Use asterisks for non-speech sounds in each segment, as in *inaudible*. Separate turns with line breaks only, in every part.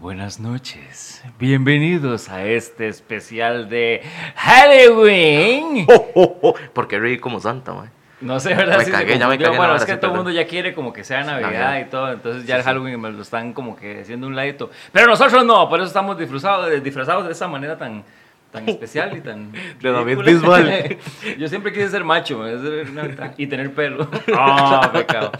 buenas noches. Bienvenidos a este especial de Halloween.
Oh, oh, oh, *laughs* porque reí como santa, man.
No sé, ¿verdad?
Me
Sí, se
cagué, ya me
confundió.
cagué en la
Bueno,
vara,
es que
sí,
todo el
perdón.
mundo ya quiere como que sea Navidad
Navidad.
y todo, entonces ya el Halloween me lo están como que haciendo un ladito. Pero nosotros no, por eso estamos disfrazados, eh, disfrazados de esa manera tan, tan
*laughs*
especial y tan...
De David
ridícula. *laughs*
Bisbal.
Yo siempre quise ser macho es una ventaja, y tener pelo. *laughs* Ah, pecado.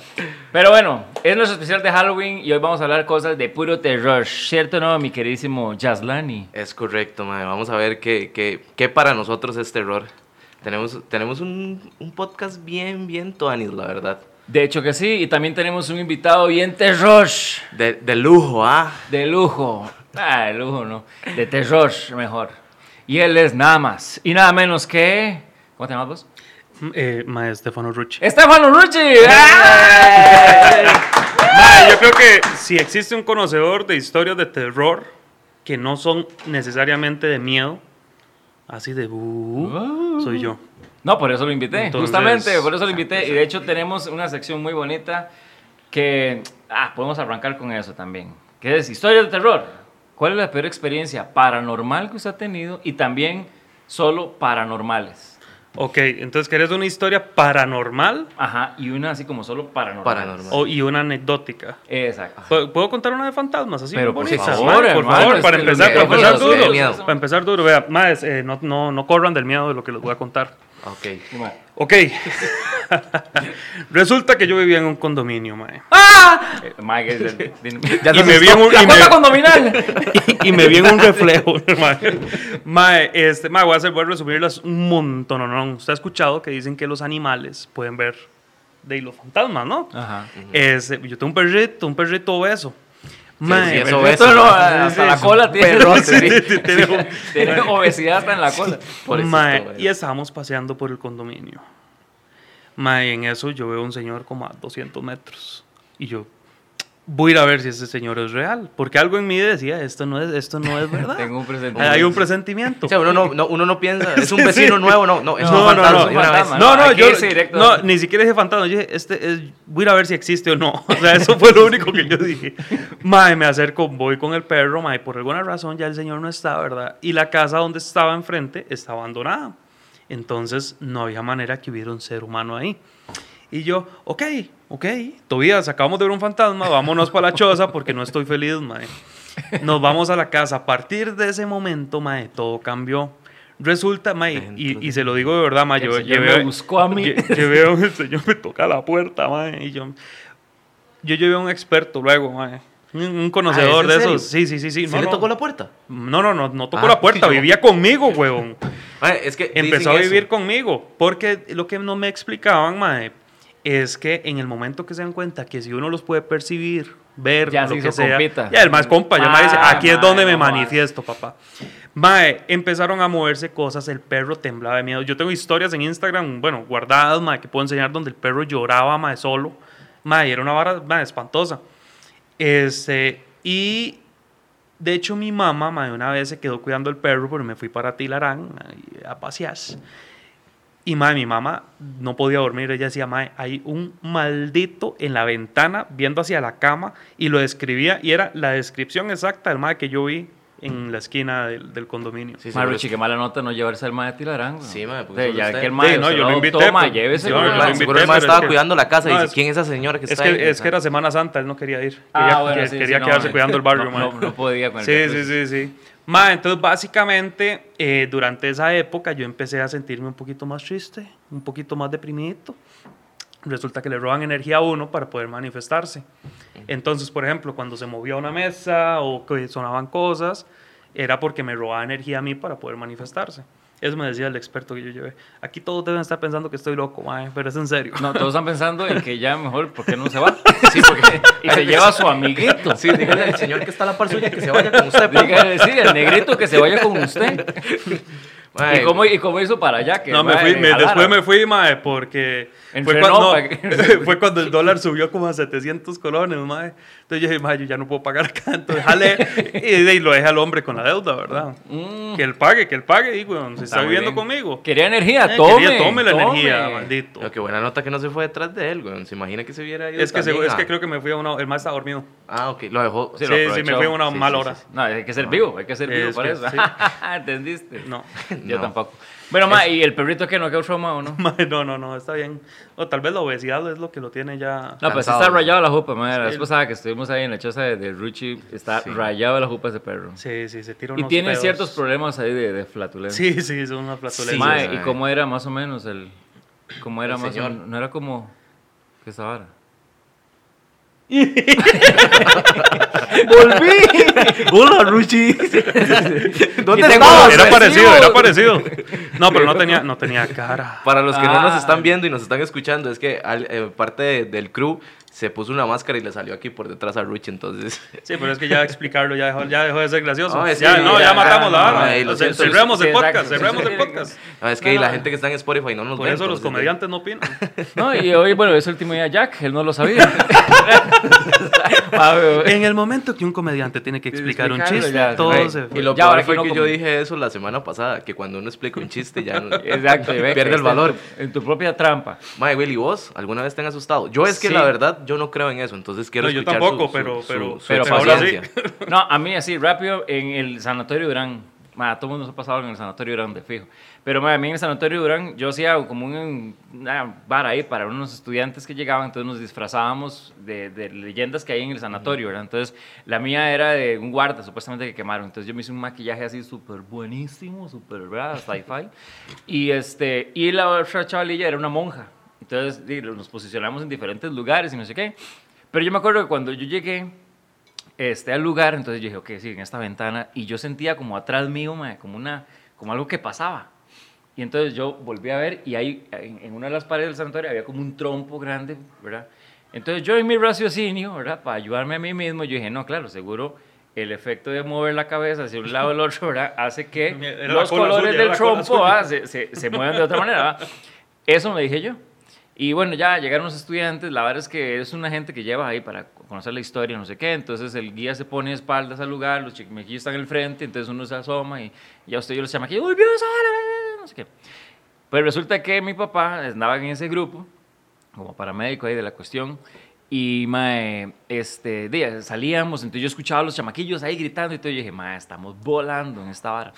Pero bueno, es nuestro especial de Halloween y hoy vamos a hablar cosas de puro terror, ¿cierto o no, mi queridísimo Jaslani?
Es correcto, man. Vamos a ver qué, qué, qué para nosotros es terror. Tenemos, tenemos un, un podcast bien, bien tuanis, la verdad.
De hecho que sí, y también tenemos un invitado bien terror.
De, de lujo, ¿ah?
De lujo. Ah, de lujo no. De terror, mejor. Y él es nada más y nada menos que. ¿Cómo te llamas vos?
Eh, ma, Stefano Rucci.
Estefano Rucci. ¡Ay!
Ma, yo creo que si existe un conocedor de historias de terror que no son necesariamente de miedo, así de "Uh, soy yo.
No, por eso lo invité.
Entonces-
Justamente, por eso lo invité. Y de hecho, tenemos una sección muy bonita que. Ah, podemos arrancar con eso también. Que es historia de terror. ¿Cuál es la peor experiencia paranormal que usted ha tenido? Y también solo paranormales.
Ok, entonces querés una historia paranormal
Ajá, y una así como solo paranormal.
Paranormal.
o, y una anecdótica.
Exacto.
¿Puedo puedo contar una de fantasmas así?
Pero por
muy bonitas,
favor,
ma? por
hermano,
favor,
es
para
que lo
empezar,
que-
para empezar
los que de
duro.
miedo.
Para empezar duro, vea, ma, es, eh, no, no, no corran del miedo de lo que les voy a contar.
Ok.
Ok. *laughs* Resulta que yo vivía en un condominio, mae.
¡Ah! Mike es
*laughs*
el-
Ya se asustó.
¡La
La
cuota
cuota
condominal!
y me vi en un *laughs* reflejo. mae. Mae, este, mae, voy a, hacer, voy a resumirlas un montón. Usted ha escuchado que dicen que los animales pueden ver de los fantasmas, ¿no?
Ajá.
Este, yo tengo un perrito, un perrito obeso. Mae,
sí, es
perrito-
obeso.
Eso no, hasta la cola tiene.
Perrote,
*laughs* sí, sí, tiene un-
Tiene obesidad hasta en la cola. Pobrecito,
Mae,
güey.
y estábamos paseando por el condominio. Mae, en eso yo veo un señor como a 200 metros. Y yo, voy a ir a ver si ese señor es real. Porque algo en mí decía, esto no es, esto no es verdad.
Tengo un presentimiento.
Hay
*laughs*
un presentimiento.
O sea, uno no, no- uno no piensa, es un
*laughs* Sí, sí.
vecino nuevo, no, no, es un
No, no,
fantasma.
no,
de
es
un
una vez.
fantasma.
No, no,
Hay que
yo,
irse directo.
no, ni siquiera dije fantasma. Yo dije, este es- voy a ir a ver si existe o no. *laughs* O sea, eso fue lo único que yo dije. Mae, me acerco, voy con el perro, mae, por alguna razón ya el señor no está, ¿verdad? Y la casa donde estaba enfrente está abandonada. Entonces, no había manera que hubiera un ser humano ahí. Y yo, ok, ok, Tobías, acabamos de ver un fantasma, vámonos para la choza porque no estoy feliz, mae. Nos vamos a la casa. A partir de ese momento, mae, todo cambió. Resulta, mae, y, y se lo digo de verdad, mae,
El
yo,
señor
yo
me buscó a mí.
yo- yo veo, el señor me toca la puerta, mae, y yo, yo llevé a un experto luego, mae. Un, un conocedor
Ah, ¿es en
de esos.
serio?
Sí, sí, sí, sí.
¿Sí
no,
le
no.
tocó la puerta?
No, no, no, no tocó
Ah,
la puerta,
sí, yo-
vivía conmigo, huevón
Mae, es que
empezó a
dicen eso.
vivir conmigo. Porque lo que no me explicaban, mae, es que en el momento que se dan cuenta que si uno los puede percibir, ver,
Ya se
lo
hizo
que sea,
compita.
ya el más compa, ya
Ah,
mae dice, aquí es
mae,
donde me
no más".
manifiesto, papá. Mae, empezaron a moverse cosas, el perro temblaba de miedo. Yo tengo historias en Instagram, bueno, guardadas, mae, que puedo enseñar donde el perro lloraba, mae, solo. Mae, era una vara, mae, espantosa. Este, y de hecho, mi mamá, mae, una vez se quedó cuidando el perro, pero me fui para Tilarán ahí, a pasear. Y mae, mi mamá no podía dormir. Ella decía, mae, hay un maldito en la ventana viendo hacia la cama y lo describía. Y era la descripción exacta del mae que yo vi en la esquina del, del condominio.
Sí,
Mae,
seguro
Ruchi, qué mala nota no llevarse al mae de Tilarán. güey.
Sí, mae, pues porque
O sea,
solo
Ya
usted.
que el mae
Sí,
no,
no, yo
yo
lo invité,
adoptó, mae,
pero-
llévese.
yo
güey.
lo
Mae,
invité,
seguro el mae
pero es
estaba
que-
cuidando la casa y
No,
dice,
es-
¿quién es esa señora que
Es
está
que,
ahí?
es que era Semana Santa, él no quería ir. Quería,
Ah, bueno,
que-
sí,
quería
sí, no,
quedarse
mae.
cuidando el barrio,
No,
mae.
no- no podía con el pues.
Sí,
recurso.
sí, sí, sí. Mae, entonces básicamente eh, durante esa época yo empecé a sentirme un poquito más triste, un poquito más deprimido. Resulta que le roban energía a uno para poder manifestarse. Entonces, por ejemplo, cuando se movía una mesa o que sonaban cosas, era porque me robaba energía a mí para poder manifestarse. Eso me decía el experto que yo llevé. Aquí todos deben estar pensando que estoy loco, mae, pero es en serio.
No, todos están pensando en que ya mejor, ¿por qué no
*laughs*
se va?
Sí, porque...
*laughs* Y se lleva a su amiguito.
Sí, dígale
*laughs*
al señor que está a la par suya que se vaya con usted. por favor.
Dígale, sí, el negrito que se vaya con usted.
Mae,
¿Y, cómo, ¿Y cómo hizo para allá? Que
No,
el
me
mae
fui,
le
me-
jalara?
después me fui, mae, porque fue
Entrenó
cuando,
para que-
*laughs* fue cuando el dólar subió como a 700 colones, mae. Entonces yo dije, mae, yo ya no puedo pagar acá, entonces jale. y, y lo dejé al hombre con la deuda, ¿verdad?
Mm.
Que él pague, que él pague, y, weón,
Está
se está
muy
viviendo
bien.
conmigo.
Quería energía,
Eh,
tome.
quería- tome la
tome.
energía, maldito.
Lo que buena nota que no se fue detrás de él, güey. Se imagina que se hubiera ido.
Es que, se-
también
es
a-
ah.
que creo que me fui a una... El mae está dormido.
Ah, ok, lo dejó.
Sí,
lo
sí,
aprovechó.
me fui a una
Sí,
mala
sí,
hora.
sí,
No, hay que ser vivo, hay que ser vivo
Es
para
que
eso.
sí.
*laughs* ¿Entendiste?
No. *laughs*
Yo
No.
tampoco. Bueno, ma, ¿y el perrito que no quedó traumado, no?
Mae, no, no, no, está bien. O tal vez la obesidad es lo que lo tiene ya...
No, pues sí
Cansado.
está rayado la jupa, madre. La
Sí.
vez pasada que estuvimos ahí en la choza de, de Ruchi, está
Sí.
rayado la jupa ese perro.
Sí, sí, se tira
y
unos
tiene
pedos.
ciertos problemas ahí de, de flatulencia.
Sí, sí, son una flatulencia.
Mae,
sí,
¿y
sí.
cómo era más o menos el. ¿Cómo era
El
más
señor.
o menos? No era como. ¿Qué estaba
*laughs*
ahora? ¡Volví! *laughs* ¡Hola,
*laughs*
Ruchi!
¿Dónde
Y tengo
estabas?
los
Era parecido,
recibos.
era parecido. No, pero no tenía, no tenía cara.
Para los que no nos están
Ah.
viendo y nos están escuchando, es que al- eh, parte de- del crew se puso una máscara y le salió aquí por detrás a Ruchi, entonces. *laughs*
Sí, pero es que ya explicarlo ya dejó, ya dejó de ser gracioso.
No, es
ya,
que-
no, ya,
ya,
matamos la
no,
vara.
ahí lo
Entonces,
siento,
cerremos
sí,
el
exacto,
podcast,
sí,
cerremos
sí,
el
sí.
podcast.
No, ah, es que
No,
la
no.
gente que está en Spotify no nos
Por
ve,
eso los
entonces-
comediantes no opinan.
No, y hoy, bueno, es el último día de Jack, él no lo sabía.
*laughs*
*laughs* Pablo,
*laughs* En el momento que un comediante tiene que explicar un
Explicarlo
chiste,
ya,
todo
Güey,
se
eh, Y lo
Ya, ahora
peor fue
que no
que yo
como-
dije eso la semana pasada, que cuando uno explica un chiste ya
*laughs*
no-
Exacto, y ve que
pierde el
está en
valor.
tu- En tu propia trampa.
Mae, Willy, ¿vos alguna vez te han asustado? Yo es que
Sí.
la verdad, yo no creo en eso, entonces quiero
No, yo
escuchar
tampoco,
su- su-
pero-
su-
pero-
su
Pero
Pero ahora sí.
experiencia. *laughs*
No, a mí así, rápido, en el Sanatorio Durán. Ma, todo el mundo se ha pasado en el Sanatorio Durán, de fijo. Pero ma, a mí en el Sanatorio Durán yo hacía como un, una vara ahí para unos estudiantes que llegaban, entonces nos disfrazábamos de, de leyendas que hay en el sanatorio, ¿verdad? Entonces la mía era de un guarda, supuestamente que quemaron. Entonces yo me hice un maquillaje así súper buenísimo, súper, ¿verdad?
*laughs*
Sci-fi. Y, este, y la otra chavalilla era una monja. Entonces di, nos posicionamos en diferentes lugares y no sé qué. Pero yo me acuerdo que cuando yo llegué, este, al lugar, entonces yo dije, ok, sí, en esta ventana, y yo sentía como atrás mío, mae, como, una, como algo que pasaba. Y entonces yo volví a ver y ahí, en, en una de las paredes del santuario, había como un trompo grande, ¿verdad? Entonces yo en mi raciocinio, ¿verdad? Para ayudarme a mí mismo, yo dije, no, claro, seguro el efecto de mover la cabeza hacia un lado o el otro, ¿verdad? Hace que
*laughs* Era la
los
cola
colores
suya, era
del
la cola
trompo
suya.
ah, se, se, se muevan de otra manera, ¿verdad? Eso me dije yo. Y bueno, ya llegaron los estudiantes, la verdad es que es una gente que lleva ahí para conocer la historia, no sé qué, entonces el guía se pone de espaldas al lugar, los chiquimejillos están en el frente, entonces uno se asoma y ya usted y yo los chamaquillos, ¡Uy, vio esa vara! eh, no sé qué. Pues resulta que mi papá andaba en ese grupo, como paramédico ahí de la cuestión, y mae, este, de- salíamos, entonces yo escuchaba a los chamaquillos ahí gritando y todo, y yo dije, mae, estamos volando en esta vara.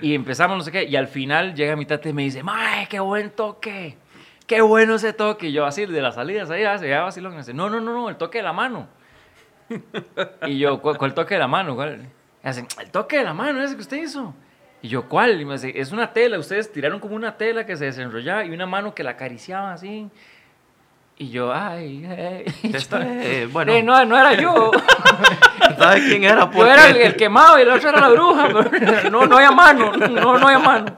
y empezamos, no sé qué, y al final llega mi tata y me dice, mae, qué buen toque, qué bueno ese toque. Y yo así, de las salidas ahí, ah, se veía vacilón, y me dice, no, no, no, no, el toque de la mano. Y yo, ¿cuál, cuál toque de la mano? ¿Cuál? Y hacen, el toque de la mano, ese que usted hizo. Y yo, ¿cuál? Y me dice, es una tela. Ustedes tiraron como una tela que se desenrollaba y una mano que la acariciaba así. Y yo, ay, eh. Y yo, *laughs*
Está- eh, bueno.
bueno. no, no era yo.
*laughs* ¿Sabe quién era?
Yo
¿Por
era el,
qué?
el quemado y el otro era la bruja. pero *laughs* No, no había mano. No, no había mano.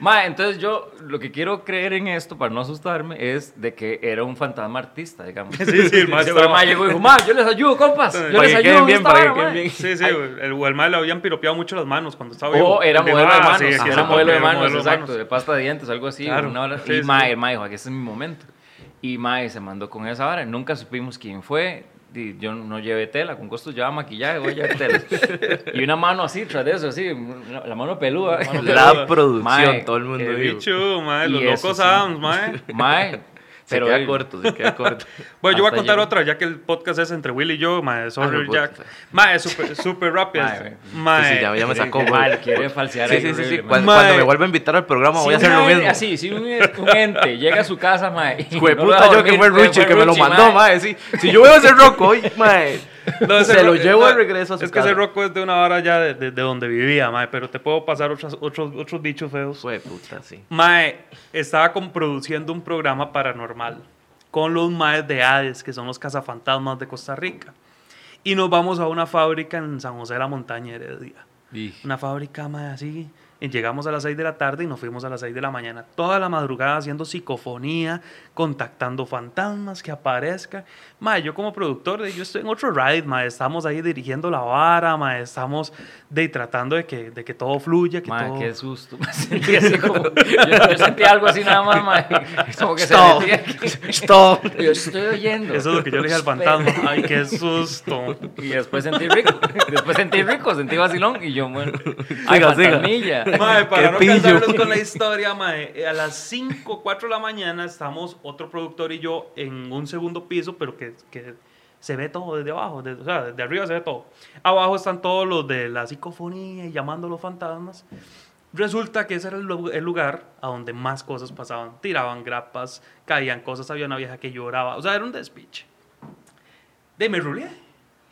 Ma, entonces yo lo que quiero creer en esto, para no asustarme, es de que era un fantasma artista, digamos.
Sí, sí, el mae
Sí, pero
estaba-
ma, llegó y dijo, ma, yo les ayudo, compas. Yo
Para
les
que
ayudo.
queden
en
bien,
esta
para que
vara,
queden
ma".
bien.
Sí, sí, el, o el mae le habían piropeado mucho las manos cuando estaba vivo.
O era
El de-
modelo de
ah,
manos,
sí, sí,
ajá,
era
modelo de manos,
modelo de
exacto,
manos.
de pasta de dientes, algo así.
Claro,
una hora-
sí,
y
sí,
Mae,
sí.
el Mae dijo, "Aquí ese es mi momento. Y Mae se mandó con esa vara, nunca supimos quién fue. y yo no llevé tela, con costo llevaba maquillaje, voy a llevar tela. y una mano así, tras de eso, así, una- la mano peluda. *laughs*
La producción,
Mae,
todo el mundo
el *laughs*
dijo.
Pichu, mae, los
Y eso,
locos
sí.
Adams, mae.
Mae,
*laughs* Se
pero
queda
él-
corto, se queda corto.
Bueno, yo voy a
Hasta
contar
llegó.
otra, ya que el podcast es entre Will y yo, mae,
Ah,
sorry,
no,
Jack.
puta.
Mae,
*laughs*
es súper súper rápido.
Mae, güey.
Mae.
Sí, sí, ya, ya me sacó,
Mae,
güey.
le quiere falsear
Sí,
ahí
sí, sí, sí.
horrible, mae.
Cuando,
Mae.
cuando me vuelva a invitar al programa voy a
Si
hacer lo
una-
mismo.
Así, si un, un ente llega a su casa, mae. y
Hijo de
no lo
puta,
deja
yo que
dormir,
fue Ruchi el que me lo
Ruchi,
mandó, mae. sí. Si yo veo ese
*laughs*
roco hoy, mae,
*laughs* No, ese
*laughs* se lo
ro-
llevo
no,
de regreso a su
Es que
casa.
ese roco es de una hora ya de, de- de donde vivía, mae, pero te puedo pasar otros, otros, otros bichos feos.
Hijo de puta, sí.
Mae, estaba con- produciendo un programa paranormal con los maes de Hades, que son los cazafantasmas de Costa Rica. Y nos vamos a una fábrica en San José de la Montaña Heredia. Una fábrica, mae, así, Y llegamos a las 6 de la tarde y nos fuimos a las 6 de la mañana. Toda la madrugada haciendo psicofonía, contactando fantasmas que aparezca. Ma, yo como productor, de- yo estoy en otro ride, ma, estamos ahí dirigiendo la vara, ma, estamos de, tratando de que, de que todo fluya, que
Madre,
todo...
qué
*laughs*
susto. *laughs* Me sentí así como. Yo, yo sentí algo así nada más, madre. *laughs* Como que se
Stop.
metía aquí.
*laughs* Stop.
*laughs* Yo estoy oyendo.
Eso es lo que yo
*laughs*
le dije al fantasma. Ay, qué susto.
Y después sentí rico. Después sentí rico, sentí vacilón y yo, bueno. Ay,
Siga, siga. *laughs*
fantasmilla.
*laughs* Mae, para
Qué
no
pillo.
cansarlos con la historia, mae, eh, a las 5, 4 de la mañana estamos otro productor y yo en un segundo piso, pero que, que se ve todo desde abajo, de- o sea, desde arriba se ve todo. Abajo están todos los de la psicofonía y llamando a los fantasmas. Resulta que ese era el, lu- el lugar a donde más cosas pasaban. Tiraban grapas, caían cosas, había una vieja que lloraba. O sea, era un despiche. De me ruleé.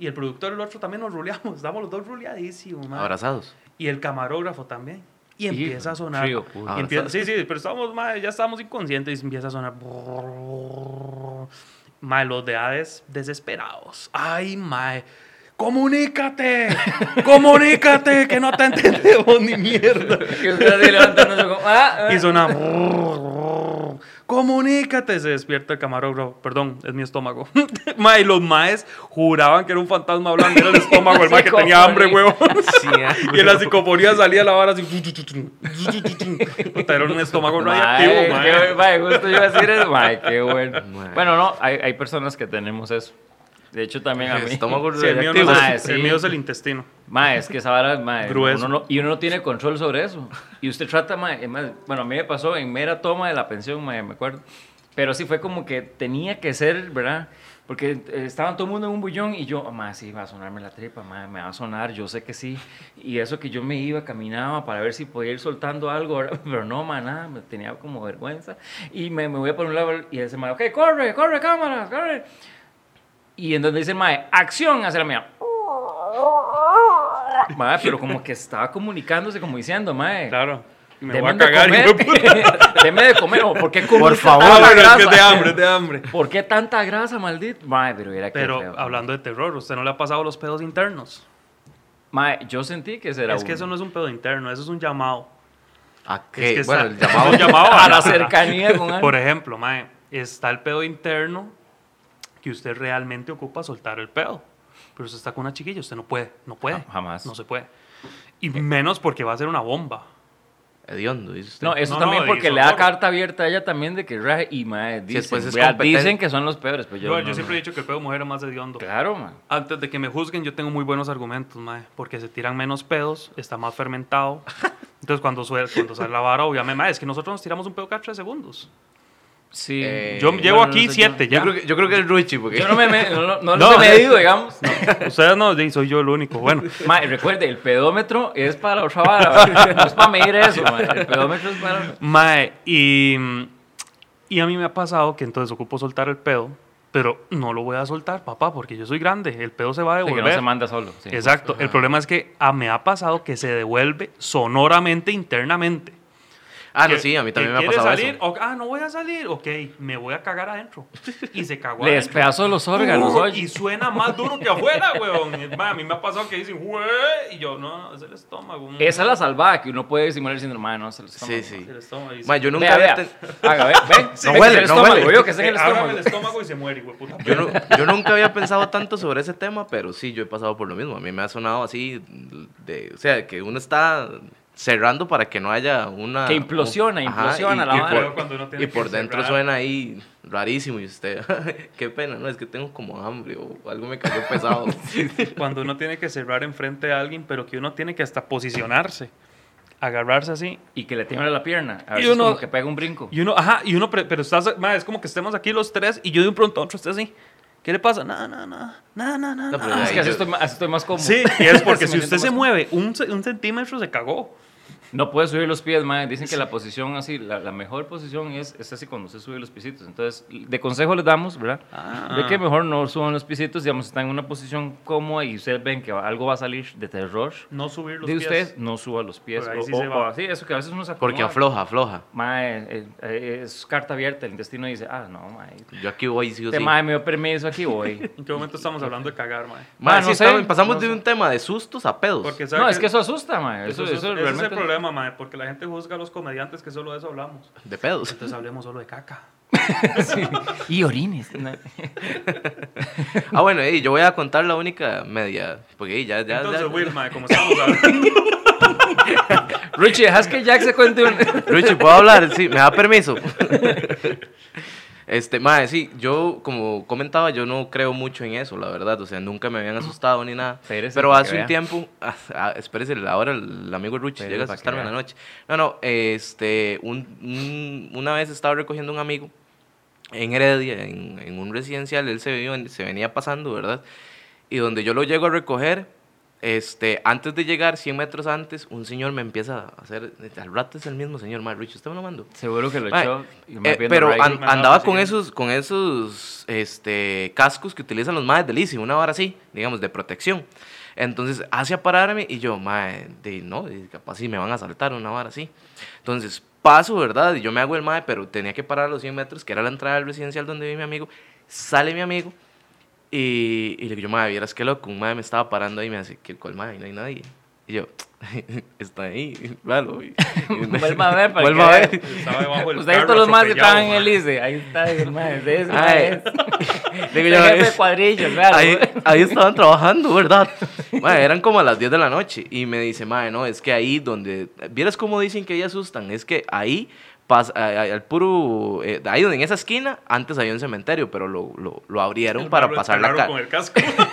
Y el productor y el otro también nos ruleamos. *laughs* Estamos los dos ruleadísimos, mae.
Abrazados.
Y el camarógrafo también. Y
Hijo,
empieza a sonar.
frío,
y
puta.
empieza- sí, sí, pero estamos, mae, ya estamos inconscientes y empieza a sonar. brrrr. Mae, los de Hades desesperados. Ay, mae. Comunícate, comunícate, que no te entendemos ni mierda.
Que usted así levantándose como. Ah, ah.
Y suena. brrrr. Comunícate, se despierta el camarógrafo. Perdón, es mi estómago. *laughs* Mae, y los maes juraban que era un fantasma hablando, era el estómago, el mae que tenía hambre, huevo.
*laughs* Sí,
*laughs* Y en la psicofonía salía la vara así. Puta, Era un estómago
Mae,
radiactivo,
qué-
mae.
mae, justo iba a decir eso. Mae, qué bueno.
Mae.
Bueno, no, hay, hay personas que tenemos eso. De hecho, también a mí.
Estómago
Sí, el, mío no
radiactivo.
es,
Mae,
el
sí.
mío es el intestino.
Mae, es que esa vara, mae,
Grueso.
uno no- y uno no tiene control sobre eso. Y usted trata, mae, es más, bueno, a mí me pasó en mera toma de la pensión, mae, me acuerdo. Pero sí fue como que tenía que ser, ¿verdad? Porque eh, estaban todo el mundo en un bullón y yo, "Ah, mae, sí, va a sonarme la tripa, mae, me va a sonar, yo sé que sí. Y eso que yo me iba, caminaba para ver si podía ir soltando algo, ¿verdad? *laughs* pero no, mae, nada, me tenía como vergüenza. Y me, me voy a poner un lado y ese mae, ok, corre, corre, cámaras, corre. Y en donde dice, mae, acción, hace la mía. Mae, pero como que estaba comunicándose, como diciendo, mae.
Claro. Y Me voy
"Deme
a
de
cagar y
comer, *laughs*
me puta.
deme de comer, o ¿por qué
Por
comunica
favor,
Ah,
tanta
bueno, es que es de
grasa?
hambre, es de hambre.
*laughs* ¿Por qué tanta grasa, maldito? Mae, pero era que
Pero hablando de terror, ¿usted no le ha pasado los pedos internos?
Mae, yo sentí que ese era
Es que eso no es un pedo interno, eso es un llamado.
¿A
Es
Ah, qué?
que
bueno,
está-
el
es un
llamado.
*laughs*
llamado
a la cercanía
*laughs*
con
Por
alguien.
ejemplo, mae, está el pedo interno que usted realmente ocupa soltar el pedo. Pero usted está con una chiquilla, usted no puede, no puede.
Ja- jamás.
No se puede. Y menos porque va a ser una bomba.
Hediondo, dice usted.
No, eh, eso
No,
también
no,
porque
y
le da
socorro.
carta abierta a ella también de que raje y mae, dicen,
después es
vea,
competen-
dicen que son los peores, pues yo,
Yo, yo
no,
siempre he
no.
dicho que el pedo de mujer es más hediondo.
Claro, man.
Antes de que me juzguen, yo tengo muy buenos argumentos, mae, porque se tiran menos pedos, está más
*laughs*
fermentado. Entonces, cuando, suel, cuando sale la vara, obviamente, mae, es que nosotros nos tiramos un pedo cada tres segundos. *laughs*
Sí.
Eh,
Yo llevo
bueno, no
aquí
sé,
siete
yo,
ya.
creo que, yo creo que es Ruchi, porque.
Yo no me, me- no, no, no
No,
los he
eh.
medido, digamos.
Ustedes no, sí, soy yo el único. Bueno,
Mae, recuerde, el pedómetro es para otra vara, *laughs* no es para medir eso, mae. El pedómetro es para...
Mae, y, y a mí me ha pasado que entonces ocupo soltar el pedo, pero no lo voy a soltar, papá, porque yo soy grande, el pedo se va a
Sí, que
devolver.
no se manda solo. sí.
Exacto, el problema es que ah, me ha pasado que se devuelve sonoramente internamente.
*laughs* Ah, no,
Que-
sí, a mí también
que
me ha
quiere
pasado
salir,
eso.
o- ah, no voy a salir, ok, me voy a cagar adentro. Y se cagó
Le
adentro.
despedazo los órganos,
Uh,
oye.
Y suena más duro que afuera, weón. Mae, a mí me ha pasado que dicen, "Güey", y yo, no, es el estómago. mm,
Esa es la salvada que uno puede disimular diciendo, mae, no, se los toma,
Sí,
no".
sí.
es el estómago", y
Ma, yo
Vea,
nunca
vea.
había. ten-
Haga, ve,
*laughs*
ve,
No
ve que es
huele,
el
no
estómago,
huele.
veo que es en el
Eh, ábrame
estómago.
el estómago y se muere, güey, puta.
Yo,
*laughs*
no- yo nunca había pensado tanto sobre ese tema, pero sí, yo he pasado por lo mismo. A mí me ha sonado así, de, o sea, que uno está cerrando para que no haya una...
Que implosiona,
Ajá,
implosiona la vara.
Pero cuando uno tiene
y por
que
dentro
cerrar.
suena ahí rarísimo y usted, *laughs* qué pena, no, es que tengo como hambre o algo me cayó pesado.
*laughs*
Cuando uno tiene que cerrar enfrente de alguien, pero que uno tiene que hasta posicionarse, agarrarse así.
Y que le tiembla la pierna. A
Y
veces
uno-
como que pega un brinco.
Y uno, ajá, y uno, pre- pero estás, ma, es como que estemos aquí los tres y yo de un pronto a otro estoy así. ¿Qué le pasa? Nada, nada, nada, nada, nada,
No, pero
Es
ahí
que así
yo-
estoy, ma- así estoy más cómodo.
Sí, y
*laughs*
es *laughs* porque
Sí,
si
me siento
usted se
más-
mueve un, ce- un centímetro se cagó.
No puede subir los pies, mae. Dicen que la posición así, la, la mejor posición es, es así cuando se sube los pisitos. Entonces, de consejo les damos, ¿verdad?
Ah.
De que mejor no suban los pisitos, digamos, están en una posición cómoda y ustedes ven que va- algo va a salir de terror.
No subir los
de
pies.
ustedes, no suba los pies.
Por ahí
O,
sí se
o-
va.
o así, eso que a veces uno se
Porque
acomoda.
afloja, afloja.
Mae, eh, eh, es carta abierta, el intestino dice, ah, no, mae.
Yo aquí voy, sí o
Este
sí.
mae me dio permiso, aquí
*laughs*
voy.
¿En qué momento estamos hablando de cagar, mae?
Ma,
Ma,
sí,
no sé,
estamos- pasamos
no
de
sé.
un tema de sustos a pedos.
Porque sabe
no, es que eso asusta, mae. Eso,
Eso es-
eso
ese es el
realmente-
problema problema, mae, porque la gente juzga a los comediantes que solo de eso hablamos.
De pedos.
Entonces hablemos solo de caca.
Sí. Y
*laughs*
orines. ¿no?
Ah, bueno, y yo voy a contar la única media. Porque ey, ya, ya.
Entonces,
ya-
Will, mae, como estamos
*laughs*
hablando.
Richie, dejas que Jack se cuente un...
*laughs*
Richie, ¿puedo hablar? Sí, me da permiso. Este, mae, sí, yo, como comentaba, yo no creo mucho en eso, la verdad. O sea, nunca me habían asustado ni nada.
Espérese
Pero
para que
hace un
vea.
tiempo, ah, ah, espérese, ahora el amigo Richie
Espérese
llega
para
a
que
asustarme en la
vea.
noche. No, no, este, un- un- una vez estaba recogiendo un amigo en Heredia, en, en un residencial, él se, vio- se venía pasando, ¿verdad? Y donde yo lo llego a recoger, este, antes de llegar, 100 metros antes, un señor me empieza a hacer, al rato es el mismo señor, Mae, Richie, usted me lo mandó.
Seguro que lo
Mae,
echó. y más
Eh,
bien
pero
Ray.
an-
Goodman,
andaba
¿no?
con
Sí.
esos, con esos este, cascos que utilizan los madres del ICI, una hora así, digamos, de protección. Entonces, hace a pararme y yo, madre, no, de- capaz si me van a saltar una hora así. Entonces, paso, ¿verdad? Y yo me hago el madre, pero tenía que parar a los 100 metros, que era la entrada del residencial donde vive mi amigo. Sale mi amigo y, y le digo, madre, vieras qué loco, un madre me estaba parando ahí y me hace, ¿qué cuál madre? No hay nadie. Y yo, *laughs* está ahí, *laughs* raro. Y- y-
*laughs* Vuelva a ver para
*laughs* Vuelva
que
a
vea.
ver.
Estaba debajo del
Ustedes
carro
todos los más que
atropellado,
estaban en el
mae.
ICE. Ahí está, el
*laughs*
mae, de ese
Ay.
mae es-
Digo
el
yo,
jefe de
es-
cuadrillos, claro.
Ahí, ahí estaban trabajando, ¿verdad? Mae, eran como a las 10 de la noche. Y me dice, mae, no, es que ahí donde. Vieras cómo dicen que ahí asustan. Es que ahí, pasa, a- a- al puro. eh, ahí donde en esa esquina, antes había un cementerio, pero lo, lo, lo abrieron
El
para
mae lo
pasar la
enterraron
calle.
con el
*laughs*
casco.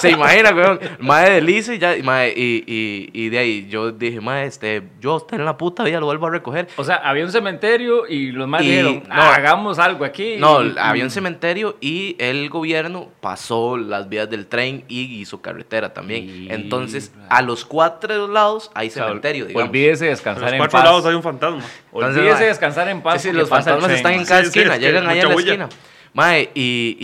Se imagina, weón. Mae de Lice, ya, y, mae, y, y, y de ahí yo dije, mae, este, yo hasta en la puta vida lo vuelvo a recoger.
O sea, había un cementerio y los más
Y-
dijeron,
no.
"Ah, hagamos algo aquí.
No,
Y-
había un cementerio y el gobierno pasó las vías del tren y hizo carretera también.
Y-
Entonces, a los cuatro lados hay
O sea,
cementerio, digamos.
Olvídese
A
descansar
los
en
cuatro lados hay
paz.
un fantasma.
Entonces,
Olvídese
mae,
descansar en paz.
Sí, sí,
porque
los
pasa el
fantasmas
tren,
están
mae.
en cada
Sí, sí,
esquina,
es que
llegan allá
mucha
en la
bulla.
esquina. Mae, y,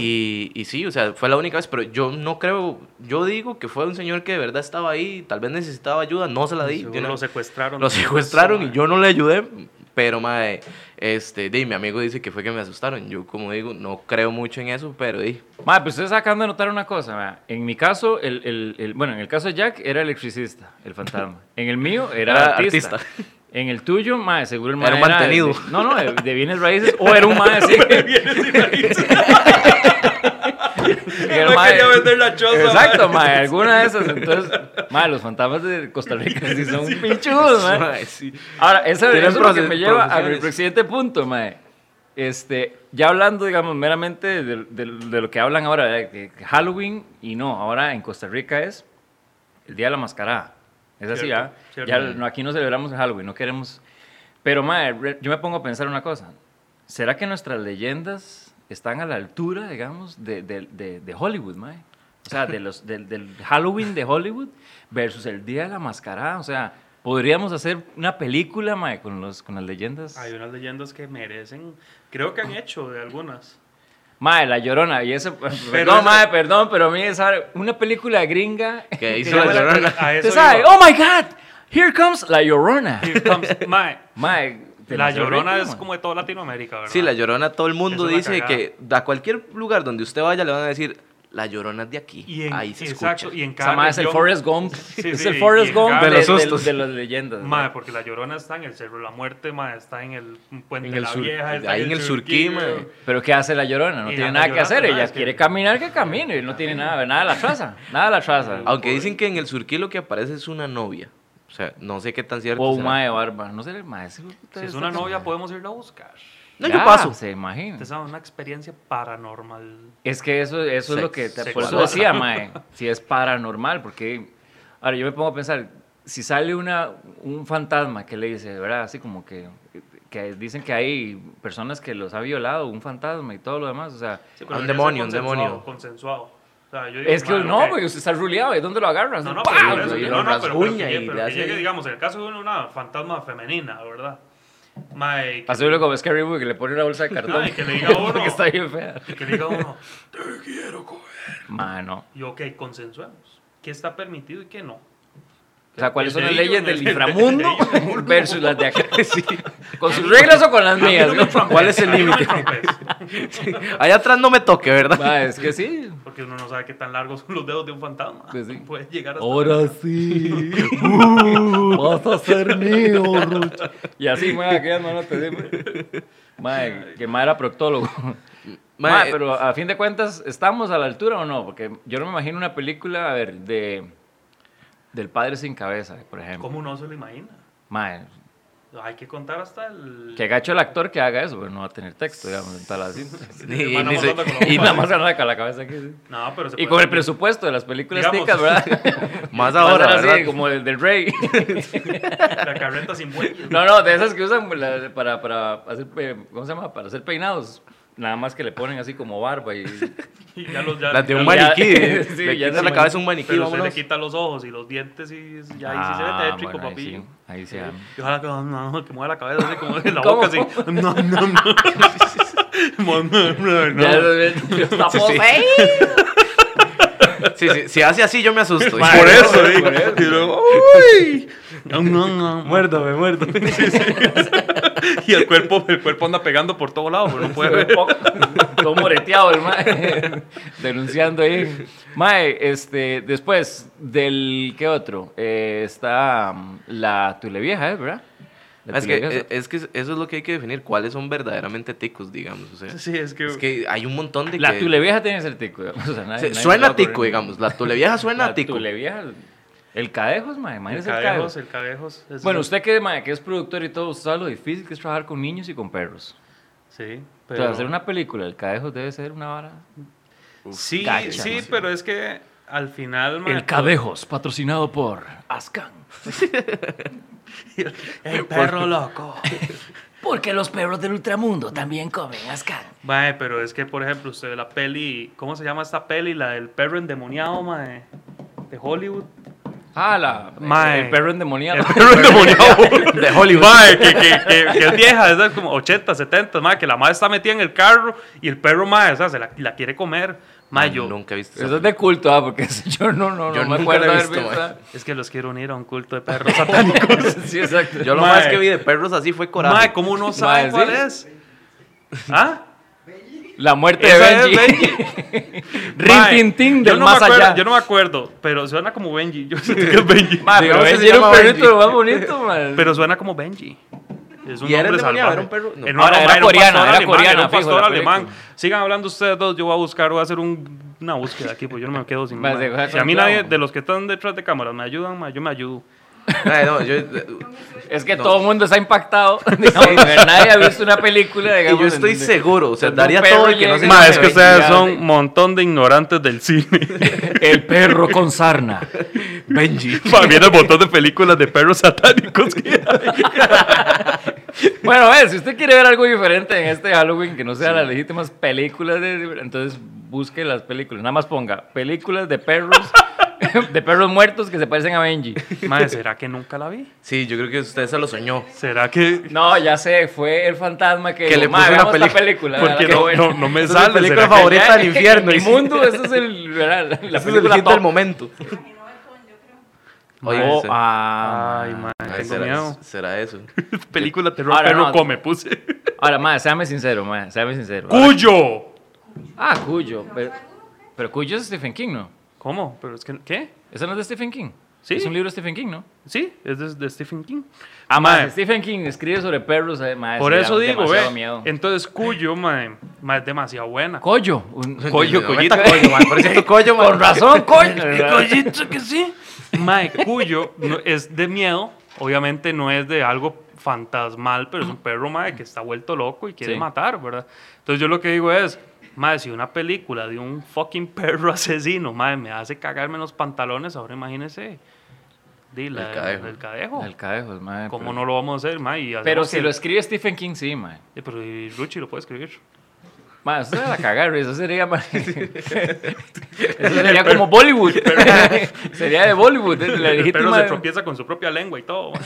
y, y sí, o sea, fue la única vez, pero yo no creo, yo digo que fue un señor que de verdad estaba ahí, tal vez necesitaba ayuda, no se la di. yo
Seguro
no-
Lo secuestraron.
lo secuestraron
*laughs*
y yo no le ayudé, pero mae, este, di, mi amigo dice que fue que me asustaron. Yo como digo, no creo mucho en eso, pero di,
Mae, pues ustedes acaban de notar una cosa, mae. En mi caso, el, el- el- bueno, en el caso de Jack era electricista, el fantasma. En el mío era,
Era
artista.
artista.
En el tuyo, mae, seguro el mae
Era un
de-
mantenido.
no, no, de, de bienes raíces o era un mae así.
*laughs*
*laughs*
No quería vender la choza,
Exacto,
mae.
mae, alguna de esas. Entonces, mae, los fantasmas de Costa Rica sí son
*laughs*
pinchudos, mae.
Mae, sí.
Ahora, eso,
Tienen
eso es lo que
proces-
me lleva a mi
profesiones.
siguiente punto, mae. Este, ya hablando, digamos, meramente de, de- de lo que hablan ahora, de que Halloween, y no, ahora en Costa Rica es el Día de la Mascarada. Es así,
Cierto,
¿ah?
cierto.
Ya no, aquí no celebramos el Halloween, no queremos... Pero, mae, re- yo me pongo a pensar una cosa. ¿Será que nuestras leyendas están a la altura, digamos, de, de- de- de Hollywood, mae? O sea, de los, del, del Halloween de Hollywood versus el Día de la Mascarada. O sea, ¿podríamos hacer una película, mae, con, los, con las leyendas?
Hay unas leyendas que merecen. Creo que han hecho de algunas.
Mae, La Llorona. Y eso,
esa-
perdón, mae, perdón, pero a mí esa una película gringa...
Que hizo
Que
la
llama la-
llorona.
a eso
Usted sabe,
iba.
oh my God, here comes La Llorona.
Here comes- mae,
Mae,
La
demasiado
llorona
ridículo,
es
mae.
como de toda Latinoamérica, ¿verdad?
Sí, la llorona, todo el mundo
Es una
dice
cagada.
que a cualquier lugar donde usted vaya le van a decir, la llorona es de aquí.
Y en,
Ahí se
exacto,
escucha.
y en cada
Esa mae es el
región-
Forrest Gump.
Sí,
es
sí,
el Forrest
y en
Gump
cada-
de,
De los
de-
sustos.
de las leyendas. mae.
Mae, porque la llorona está en el Cerro de la Muerte, mae, está en el Puente
En
de
el
la
sur-
Vieja, está
ahí en el Surquí, mae.
weón.
Pero ¿qué hace la llorona? No
Y
tiene
la
nada que
llorona,
hacer.
nada,
Ella
es que-
quiere caminar que camine. Y no tiene nada, nada de la traza. Nada de la
*laughs*
traza.
Aunque dicen que en el surquí lo que aparece es una novia. O sea, no sé qué tan cierto
Wow,
será.
mae, bárbaro. No sé, mae. ese hijo de puta
Si es
está
una
tan-
novia, podemos irla a buscar.
No,
Ya,
yo paso.
Se imagina.
Esa es una experiencia paranormal.
Es que eso, eso es lo que...
Sex-
por eso
sexual.
decía,
*laughs*
mae. Si es paranormal. Porque... Ahora, yo me pongo a pensar. Si sale una, un fantasma que le dice, ¿verdad? Así como que... Que dicen que hay personas que los ha violado, un fantasma y todo lo demás. O sea...
A
Sí,
un
debería ser
demonio, un
consensuado,
demonio.
Consensuado. O sea, yo digo,
Es que
mae,
no,
ok.
porque usted está ruleado. ¿Y dónde lo agarras?
No, no,
¡Pam!
pero, por eso
y
que-
lo
no, no, pero, pero que,
rasguña y
llegue-
le
pero que
hace-
llegue, digamos, en el caso de una fantasma femenina, ¿verdad? Mae, que,
Así luego como Scary Movie que le pone una bolsa
*laughs*
de cartón.
Ay, que le diga
*laughs*
uno.
Porque está bien fea.
que diga uno,
Mano.
y ok, consensuemos. ¿Qué está permitido y qué no?
O sea, ¿cuáles son las
El de
leyes
Elon,
del
el de-
inframundo
*laughs* el
*laughs*
de
versus las de acá? ¿Con sus reglas o con las mías? no?
¿Cuál es el límite? Allá atrás no me toque, ¿verdad? *laughs*
Ma, es que sí.
Porque uno no sabe qué tan largos son los dedos de un fantasma.
Pues sí.
Puede llegar hasta...
Ahora sí. Uh, vas a ser mío, Rucho. Y así, ma, aquellas manos te di- Ma, que ma era proctólogo.
Ma,
Ma,
eh,
pero a fin de cuentas, ¿estamos a la altura o no? Porque yo no me imagino una película, a ver, de. Del padre sin cabeza, por ejemplo.
¿Cómo no se lo imagina?
Ma,
Hay que contar hasta el...
que gacho el actor que haga eso, pero no va a tener texto, digamos, en toda la
*laughs*
cinta. *laughs*
Y,
Mi
y
hermano
dice-
volando con la
Y
bomba.
nada más arranca la cabeza aquí. sí.
No, pero se
Y
puede
con el
hacer-
presupuesto de las películas
Digamos.
ticas, ¿verdad?
*laughs*
*laughs*
más
Va a ser
ahora,
así,
¿verdad?
como el del rey. *laughs*
La carreta sin bueyes.
No, no, de esas que usan pues, la- para, para hacer, pe- ¿cómo se llama? Para hacer peinados. Nada más que le ponen así como barba y...
Y ya los ya,
La de un
ya-
ya-
maniquí.
*laughs*
de-
sí,
le
ya
quita
se
la
me-
cabeza a un maniquí,
Pero se le
vámonos.
quita los ojos y los dientes y y *laughs* ya ahí sí se
Ah,
ve tétrico,
bueno, ahí
papi.
sí, Ahí sí. ah.
Y ojalá que, no, no, que mueva la cabeza así
*laughs*
como de la
¿Cómo?
boca así.
*laughs*
No, *laughs* no, no. No, no, no.
Ya, ya está
Sí, sí.
poseído.
Sí, sí, si hace así yo me asusto.
Ma,
Por eso,
Por
digo.
eso.
Y luego, ¡uy! No, no, no.
Muérdame,
*laughs*
muérdame.
Y el cuerpo, el cuerpo anda pegando por todos lados, pero no puede ver.
Todo moreteado el mae. *laughs* Denunciando ahí. Mae, este, después del. ¿Qué otro? Eh, está mm, la Tulevieja, ¿eh? ¿verdad? La
Es que,
Tulevieja.
eh, es que eso es lo que hay que definir, cuáles son verdaderamente ticos, digamos. O sea,
Sí, es que,
es que hay un montón de
la
que-
Tulevieja tiene que ser tico. digamos, o sea, nadie-
se-
nadie se le va
suena
a ocurrir.
tico, digamos. La tulevieja
*laughs*
suena
La
tico.
Tulevieja. El Cadejos, mae.
el
Imagínese el
cadejos,
Cadejos.
el cadejos. es-
Bueno, usted que, mae, que es productor y todo, usted sabe lo difícil que es trabajar con niños y con perros.
Sí,
O sea, hacer una película, el Cadejos debe ser una vara.
Sí,
Gacha,
sí,
no sé.
pero es que al final, ma,
Cadejos, patrocinado por Ascan.
*laughs* El perro loco.
Porque los perros del ultramundo también comen Ascan.
Mae, pero es que, por ejemplo, usted ve la peli, ¿cómo se llama esta peli? La del perro endemoniado, mae, de Hollywood.
¡Hala!
Mae.
El perro endemoniado.
endemoniado de Hollywood.
Mae, que, que, que, que es vieja, es de como 80, 70, mae, que la madre está metida en el carro y el perro, mae, o sea, se la, la quiere comer. Mae, yo,
nunca he visto
Eso es de culto, ah, porque *laughs* eso yo no, no,
Yo
no me
nunca
acuerdo
lo he
haber
visto,
visto.
mae.
es que los quiero unir a un culto de
*laughs*
perros satánicos.
sí, exacto.
Yo lo
Mae.
más que vi de perros así fue coraje.
mae, ¿cómo no sabe
Mae,
cuál
sí.
es? ¿Ah?
La muerte de
Esa es
Benji. Rin *laughs*
Mae,
Tin Tin
yo
del
no me
más
acuerdo,
allá.
Yo no me acuerdo, pero suena como Benji. Yo
*laughs*
sé que es Benji.
Mae,
Pero
pero ese
Benji
se
era un
llama
perrito
Benji.
más
*laughs*
bonito, man.
Pero suena como Benji. Es un
¿Y era
hombre
endemoniado?
salvaje.
¿Era un perro? No.
Ahora,
hombre,
era coreana,
pastor
era
alemán,
coreana,
era un
fijo,
pastor
la
alemán.
película.
Sigan hablando ustedes dos, yo voy a buscar, voy a hacer un- una búsqueda aquí, pues yo no me quedo
*laughs*
sin
Vas
nada.
a dejar
Si a mí
con clavo.
nadie de los que están detrás de cámaras me ayudan, ma, yo me ayudo.
Mae, no, yo,
es que
no.
todo el mundo está
*laughs*
impactado. *laughs* Digamos, nadie ha visto una película,
y
digamos.
yo estoy
en donde-
seguro, o sea,
donde un
daría
perro
todo el que no
llega
se
y-
Ma, es que
Benji,
ustedes
ya,
son
sí.
un montón de ignorantes del cine. *laughs*
El perro con
*laughs*
sarna. Benji.
Ma, Viene un montón de películas de
*laughs*
perros satánicos que hay.
Bueno, eh, si usted quiere ver algo diferente en este Halloween que no sean las legítimas películas, de, entonces busque las películas. Nada más ponga películas de perros, *laughs* de perros muertos que se parecen a Benji.
Ma, ¿será que nunca la vi?
Sí, yo creo que usted se lo soñó.
¿Será que...?
No, ya sé, fue el fantasma que,
Que le
dijo,
puso
"Ma,
una
veamos esta
peli-
película.
Porque
¿verdad? Qué
no,
bueno". *laughs*
no, no me
Esa es mi
sale.
película
¿será que-
favorita. Ahorita al
*laughs*
infierno,
El
dice.
mundo, ese es el, ¿verdad? la, la
Ese es el
película
hit del
top. *laughs*
momento. Oye,
Oh,
ese-
ah,
Ay, ma,
ay,
tengo
será,
miedo.
será eso.
Película terror
Ahora,
perro
no.
come, puse.
Ahora, ma, séame sincero, ma, séame sincero.
¡Cuyo!
Ah, Cuyo. Pero, pero Cuyo es Stephen King, ¿no?
¿Cómo? ¿Pero es que qué?
¿Eso no es de Stephen King?
Sí.
Es un libro de Stephen King, ¿no?
Sí, es de, de Stephen King.
Ah,
Mae,
mae, si Stephen King escribe sobre perros, eh, mae,
Por
sí,
eso
da
digo,
demasiado
ve.
miedo.
Entonces, Cuyo, mae, mae, es demasiado buena. *laughs*
Coyo. un-
*laughs* Coyo,
coyito.
coyita, coyo, man. Por cierto, coyo, man.
*laughs* Con razón, Coyo.
Coyito que sí. Mae, Cuyo no- es de miedo. Obviamente no es de algo fantasmal, pero es un perro, mae, que está vuelto loco y quiere
Sí.
matar, ¿verdad? Entonces, yo lo que digo es, mae, si una película de un fucking perro *laughs* asesino, mae, me hace cagarme en los pantalones, ahora imagínese. Dile,
El cadejo.
El cadejo.
El cadejo, mae.
¿Cómo
Ah, pero-
no lo vamos a hacer, mae? Y
Pero
hacemos
si
que-
lo escribe Stephen King, sí, mae.
Eh, pero y Ruchi lo puede escribir.
Mae, eso sería la cagada, eso sería, mae.
*laughs*
Eso sería como Bollywood. *laughs* sería de Bollywood, eh,
*laughs*
la
El perro
legítima.
se tropieza con su propia lengua y
*laughs*
todo. man.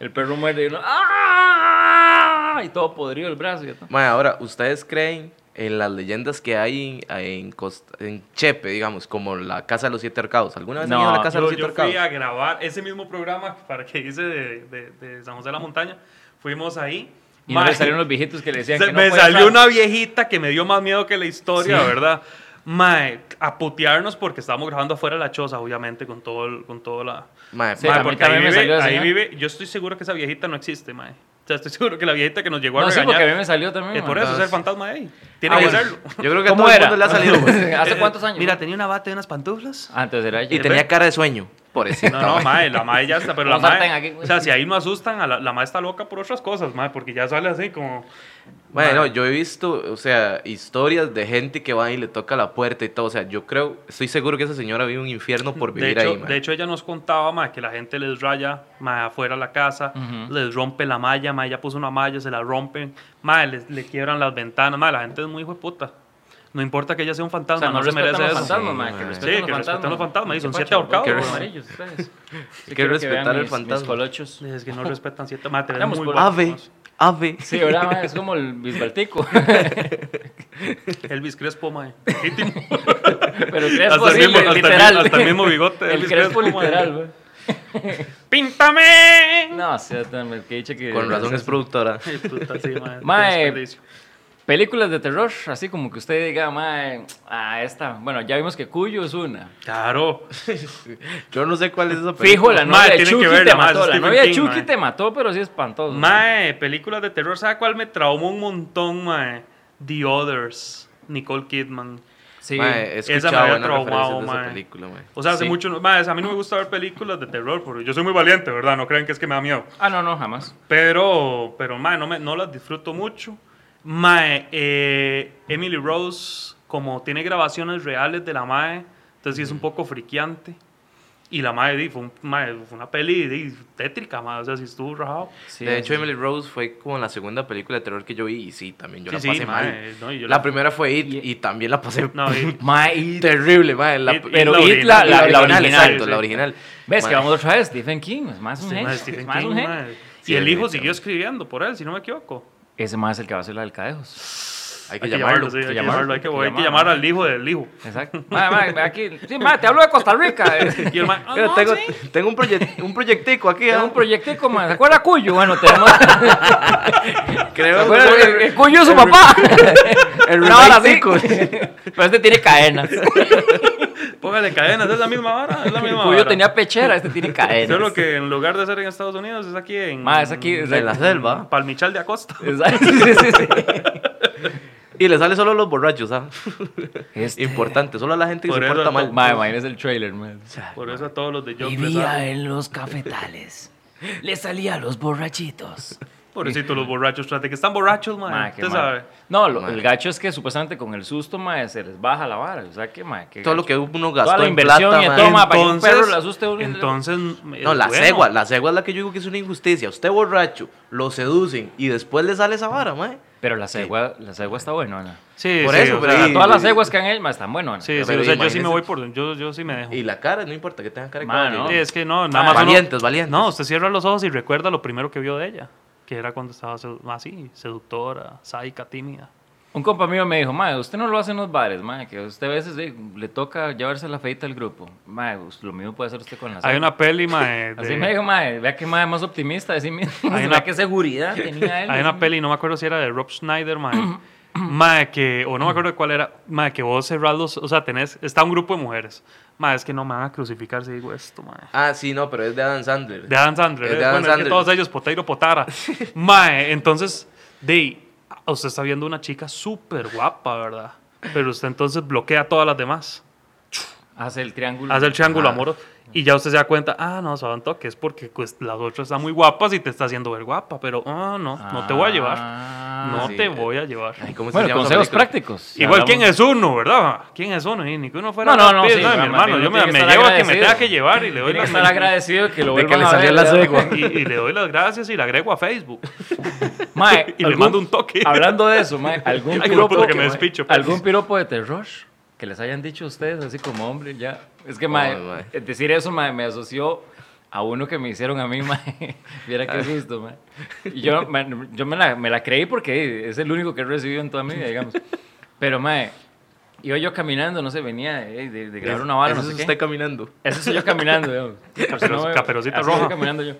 El perro muerde y uno. ¡Ah! Y todo podrido el brazo. y todo.
Mae, ahora, ¿ustedes creen en las leyendas que hay en, en Costa- en Chepe, digamos, como la Casa de los Siete Arcados. ¿Alguna vez han
No,
ido a la Casa
Yo,
de los
yo
Siete
fui a
Arcados?
grabar ese mismo programa para que hice de, de- de San José de la Montaña. Fuimos ahí.
Y no
Mae,
le salieron los viejitos que le decían
se-
que no
me
puede
salió
entrar.
una viejita que me dio más miedo que la historia,
Sí.
¿verdad? Mae, a putearnos porque estábamos grabando afuera de la choza, obviamente, con todo el- con toda la...
Mae,
Sí,
Mae,
a mí
para-
porque
también
ahí
me salió
vive,
esa,
ahí
¿eh?
vive- yo estoy seguro que esa viejita no existe, mae. O sea, estoy seguro que la viejita que nos llegó a
No, sí,
regañar...
porque a mí me salió también.
eh, por
mae.
eso es el fantasma de ahí. Tiene
Ah,
que
bueno,
serlo.
Yo creo que a
¿Cómo
todo el
era?
mundo le ha salido. pues.
*laughs*
güey.
pues. ¿Hace cuántos años?
Mira, tenía una bata y unas pantuflas.
Ah, entonces era
y
ayer.
tenía cara de sueño. Por eso.
No, no, mae, la mae ya está, pero la
No salten
mae,
aquí, güey.
o sea, si ahí no asustan, a la, la mae está loca por otras cosas, mae, porque ya sale así como...
Bueno,
Mae.
yo he visto, o sea, historias de gente que va y le toca la puerta y todo. O sea, yo creo, estoy seguro que esa señora vive un infierno por
De
vivir
hecho,
ahí, mae.
de hecho, ella nos contaba, mae, que la gente les raya, mae, afuera de la casa,
Ujú.
les rompe la malla, mae, ella puso una malla, se la rompen, mae, les- le quiebran las ventanas, mae, la gente es muy hijo de puta. No importa que ella sea un
O
fantasma,
sea, no,
no, se
respetan
merece
los
eso.
fantasmas, mae,
Sí,
que
mae.
respeten
Sí,
los
que
fantasmas.
respetan los fantasmas, y son
Qué
siete
pacho,
ahorcados,
qué
güey.
amarillos ustedes. Sí,
que
quiero vean
respetar el
mis- mis
fantasma.
colochos.
Es que no respetan siete, mae, te ves
Hablamos
muy
por-
guapo,
Ave,
mae.
ave.
Sí, ahora mae, es como el *laughs* bisbaltico.
Elvis Crespo, mae.
Pero el
Hasta
Crespo,
el
sí,
mismo- hasta el
literal.
mismo- hasta el mismo bigote de
El
Elvis
Crespo,
Crespo, mae.
literal, güey.
¡Píntame!
No, o sea, también, que dicha que...
*laughs* Con razón es productora.
Ay, puta, sí, mae. Qué
Mae.
desperdicio.
Películas de terror, así como que usted diga, mae, ah, esta. Bueno, ya vimos que Cuyo es una.
Claro.
Yo no sé cuál es esa
Fijo,
película.
la
Mae,
novia de
tienen que
Chucky
verla,
te
mae, es
mató. La
Stephen
novia de
King,
Chucky
mae.
te mató, pero sí espantoso.
Mae, películas de terror, ¿sabe cuál me traumó un montón, mae? The Others, Nicole Kidman.
Sí.
Mae, he
esa me
escuchado
había
buenas referencias
traumado,
de
mae.
esa película, mae.
O sea, hace
Sí.
mucho... no- Mae, a mí no me gusta ver películas de terror porque yo soy muy valiente, ¿verdad? No crean que es que me da miedo.
Ah, no, no, jamás.
Pero, pero mae, no, me, no las disfruto mucho. Mae, eh, Emily Rose, como tiene grabaciones reales de la mae, entonces sí es un poco friqueante. Y la mae, di, fue, un- mae, fue una peli di, tétrica, mae, o sea, sí estuvo rajado.
Sí,
de hecho,
sí.
Emily Rose fue como la segunda película de terror que yo vi y sí, también yo
Sí,
la
sí,
pasé
mae,
mal.
no, y yo
la
la-
primera fue It y, también la pasé
No,
*laughs*
y-
Mae, y-
terrible, mae. La,
It- It
pero
la
It,
original,
la,
la,
la- la original,
exacto,
sí,
la
sí.
original.
¿Ves
Mae,
que vamos otra vez? Stephen King, es más un
Sí,
genio.
mae,
Es
Este Stephen
más
King,
un genio.
mae.
Sí,
y el hijo
definitivamente.
siguió escribiendo por él, si no me equivoco.
Ese mae es el que va a hacer la del Cadejos.
Hay que
Hay que
llamarlo.
llamarlo, sí, hay que
llamarlo,
llamarlo, hay que,
hay que
hay que
llamarlo.
llamar al hijo del hijo.
Exacto. Mae, mae, aquí. Sí, mae, te hablo de Costa Rica.
Y el mae, *laughs* "Ah,
Yo
no,
tengo,
sí".
tengo un, proyec- un proyectico aquí,
Es
ah.
un proyectico, mae. ¿Se acuerda Cuyo? Bueno, tenemos. ¿Se
Creo
acuerda?
que-
El- el Cuyo es su papá.
el
No, ahora sí.
remake, sí.
*laughs* Pero este tiene cadenas.
Póngale cadenas, es la misma vara, es la misma vara.
Cuyo tenía pechera, este tiene
Eso
cadenas.
es lo que en lugar de ser en Estados Unidos es aquí en.
Mae, es aquí.
De la selva.
Palmichal de Acosta.
Exacto, sí, sí, sí.
Y le sale solo a los borrachos,
*laughs*
¿ah?
Este-
Importante, solo a la gente que
Por
se
eso
porta
to-
mal.
Mae, mae, es el trailer, mae.
Por eso a todos los de Job les
Vivía
hago.
en los cafetales. Le salía a los borrachitos.
Pobrecito, los borrachos, trate que están borrachos,
Ma,
man.
qué mal.
Usted sabe.
No, lo-
Ma.
el gacho es que supuestamente con el susto, mae, se les baja la vara. O sea, que, mae, que
Todo lo que uno gastó
Toda la
en plata,
inversión y
mae.
todo, ma, para que un perro le asuste a uno.
Entonces.
No,
es
la
bueno.
cegua, la cegua es la que yo digo que es una injusticia. Usted borracho, lo seducen y después le sale esa vara, mae.
Pero la cegua, la cegua está buena,
Sí,
Por
sí,
eso,
o
pero
sea,
ahí-
Todas las ceguas que han hecho, mae, están buenas.
Sí,
Pero
sí, o sea, yo sí
imagínese.
me voy por. Yo, yo sí me dejo.
Y la cara, no importa que tenga cara de
Ma,
caballo.
no.
Sí, es que no,
Ah,
nada más. uno-
valientes, valientes.
No, usted cierra los ojos y recuerda lo primero que vio de ella. Que era cuando estaba sedu- así, seductora, sádica, tímida.
Un compa mío me dijo, mae, usted no lo hace en los bares, mae, que usted a veces eh, le toca llevarse la feita al grupo. Mae, pues, lo mismo puede hacer usted con la
Hay
cegua.
una peli, mae, de-
*laughs* Así me dijo, mae, vea que mae más optimista de sí mismo. *laughs*
Hay
Vea
una-
qué seguridad tenía él.
Hay una peli, no me acuerdo si era de Rob Schneider, mae. *clears throat* mae, que, o no me acuerdo de cuál era, mae, que vos cerrás los, o sea, tenés, está un grupo de mujeres. Mae, es que no me van a crucificar si digo esto, mae.
Ah, sí, no, pero es de Adam Sandler.
De Adam Sandler,
Es
eh,
de Adam
bueno, es que
Sandler.
todos ellos, Potairo
*laughs*
Potara. mae, entonces, de, usted está viendo una chica súper guapa, ¿verdad? Pero usted entonces bloquea a todas las demás.
Hace el triángulo.
Hace el triángulo
Ah.
amoroso. Y ya usted se da cuenta, ah, no, se que es porque pues, las otras están muy guapas y te está haciendo ver guapa, pero, ah, no, no te voy a llevar.
Ah,
No
sí.
te voy a llevar.
Ay, ¿cómo se
Bueno,
llama esa
consejos
película?
prácticos.
Igual,
Hablamos-
¿quién es uno, verdad? ¿Quién es uno? Y ni que uno fuera.
No, no,
Brad
no,
Pitt,
sí,
mi
Brad
hermano,
Pitt,
yo
tiene
me,
que
me
estar
llevo a que me
agradecido.
tenga que llevar y le doy
Tiene que
las
estar agradecido que lo
De que
vuelvan
le
a
salió
ver.
la
¿verdad?
cegua.
y, y le doy las gracias y le agrego a Facebook.
Mae,
*laughs* Y le
algún-
mando un toque.
*laughs* Hablando de eso, mae, algún
*laughs* Ay,
piropo,
puta, que me despicho, pues.
algún piropo de terror que les hayan dicho ustedes así como hombre, ya. Es que mae,
Ay, mae.
eh, decir eso mae, me asoció a uno que me hicieron a mí, *laughs* mae. Viera qué susto, mae. Y yo, mae, yo me, la, me la creí porque es el único que he recibido en toda mi vida, digamos. Pero, mae, iba yo caminando, no sé, venía de, de- de grabar una vara, no
Eso
sé
es
qué.
usted caminando.
Eso soy yo caminando,
*laughs*
digamos.
Caperuc-
No,
Caperucita
así soy
Roja.
caminando yo.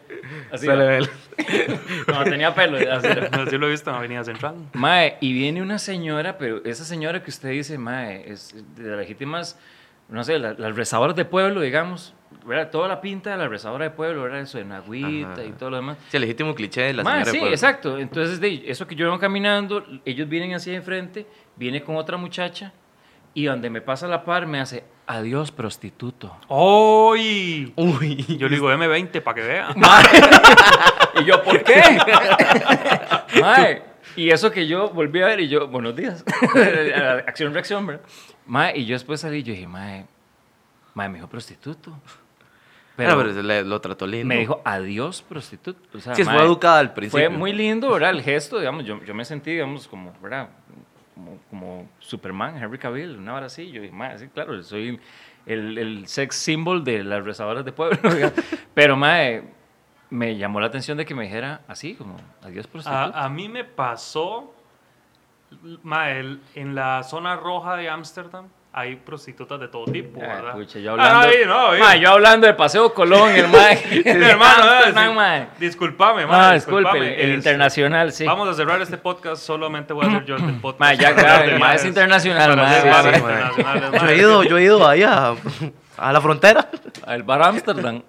Así,
Sale de él.
no, tenía pelo. así
*laughs*
era.
Así lo he visto en Avenida Central.
Mae, y viene una señora, pero esa señora que usted dice, mae, es de las legítimas, no sé, la- las rezadoras de pueblo, digamos, ¿verdad? Toda la pinta de la rezadora de pueblo, ¿verdad? Eso de Nahuita
Ajá.
y todo lo demás.
Sí, el legítimo cliché de la
Mae,
señora de
sí,
pueblo.
exacto. Entonces, de, eso que yo vengo caminando, ellos vienen así de enfrente, viene con otra muchacha, y donde me pasa la par me hace, adiós prostituto.
¡Uy!
Uy,
Yo le digo M20 para que vea.
Y yo, ¿por *laughs* qué? Mae, y eso que yo volví a ver y yo, buenos días. *laughs* Acción, reacción, ¿verdad? Mae, y yo después salí y yo dije, mae, mae, me dijo prostituto. Pero,
Ah, pero se le- lo trató lindo.
me dijo, adiós prostituto. O sea,
Sí, fue
mae,
educada al principio.
Fue muy lindo, ¿verdad? El gesto, digamos, yo, yo me sentí, digamos, como, ¿verdad? Como, como Superman, Henry Cavill, una hora así. Yo dije, mae, sí, claro, soy el, el sex symbol de las rezadoras de pueblo. *laughs* digamos. Pero, mae, me llamó la atención de que me dijera así, como, adiós este prostituta.
*laughs* A, a mí me pasó, mae, el- en la zona roja de Ámsterdam hay prostitutas de todo tipo,
Ay,
¿verdad?
Ah, pucha, yo hablando,
Ay, no, ay.
Mae, yo hablando del Paseo Colón, el mae.
*laughs*
*laughs* Ah,
Hermano, ah,
Amsterdam,
sí.
mae.
disculpame, mae,
Ah, disculpe,
disculpame.
el, el
Este,
internacional, sí.
Vamos a cerrar este podcast, solamente voy a hacer yo el del podcast.
Mae, ya,
Para
claro,
hablar de
el mae es
madres.
internacional,
Para
mae,
hacer
sí,
madres
sí.
internacionales,
Yo
mae.
he ido, yo he ido ahí a, *laughs* a la frontera,
El bar Amsterdam.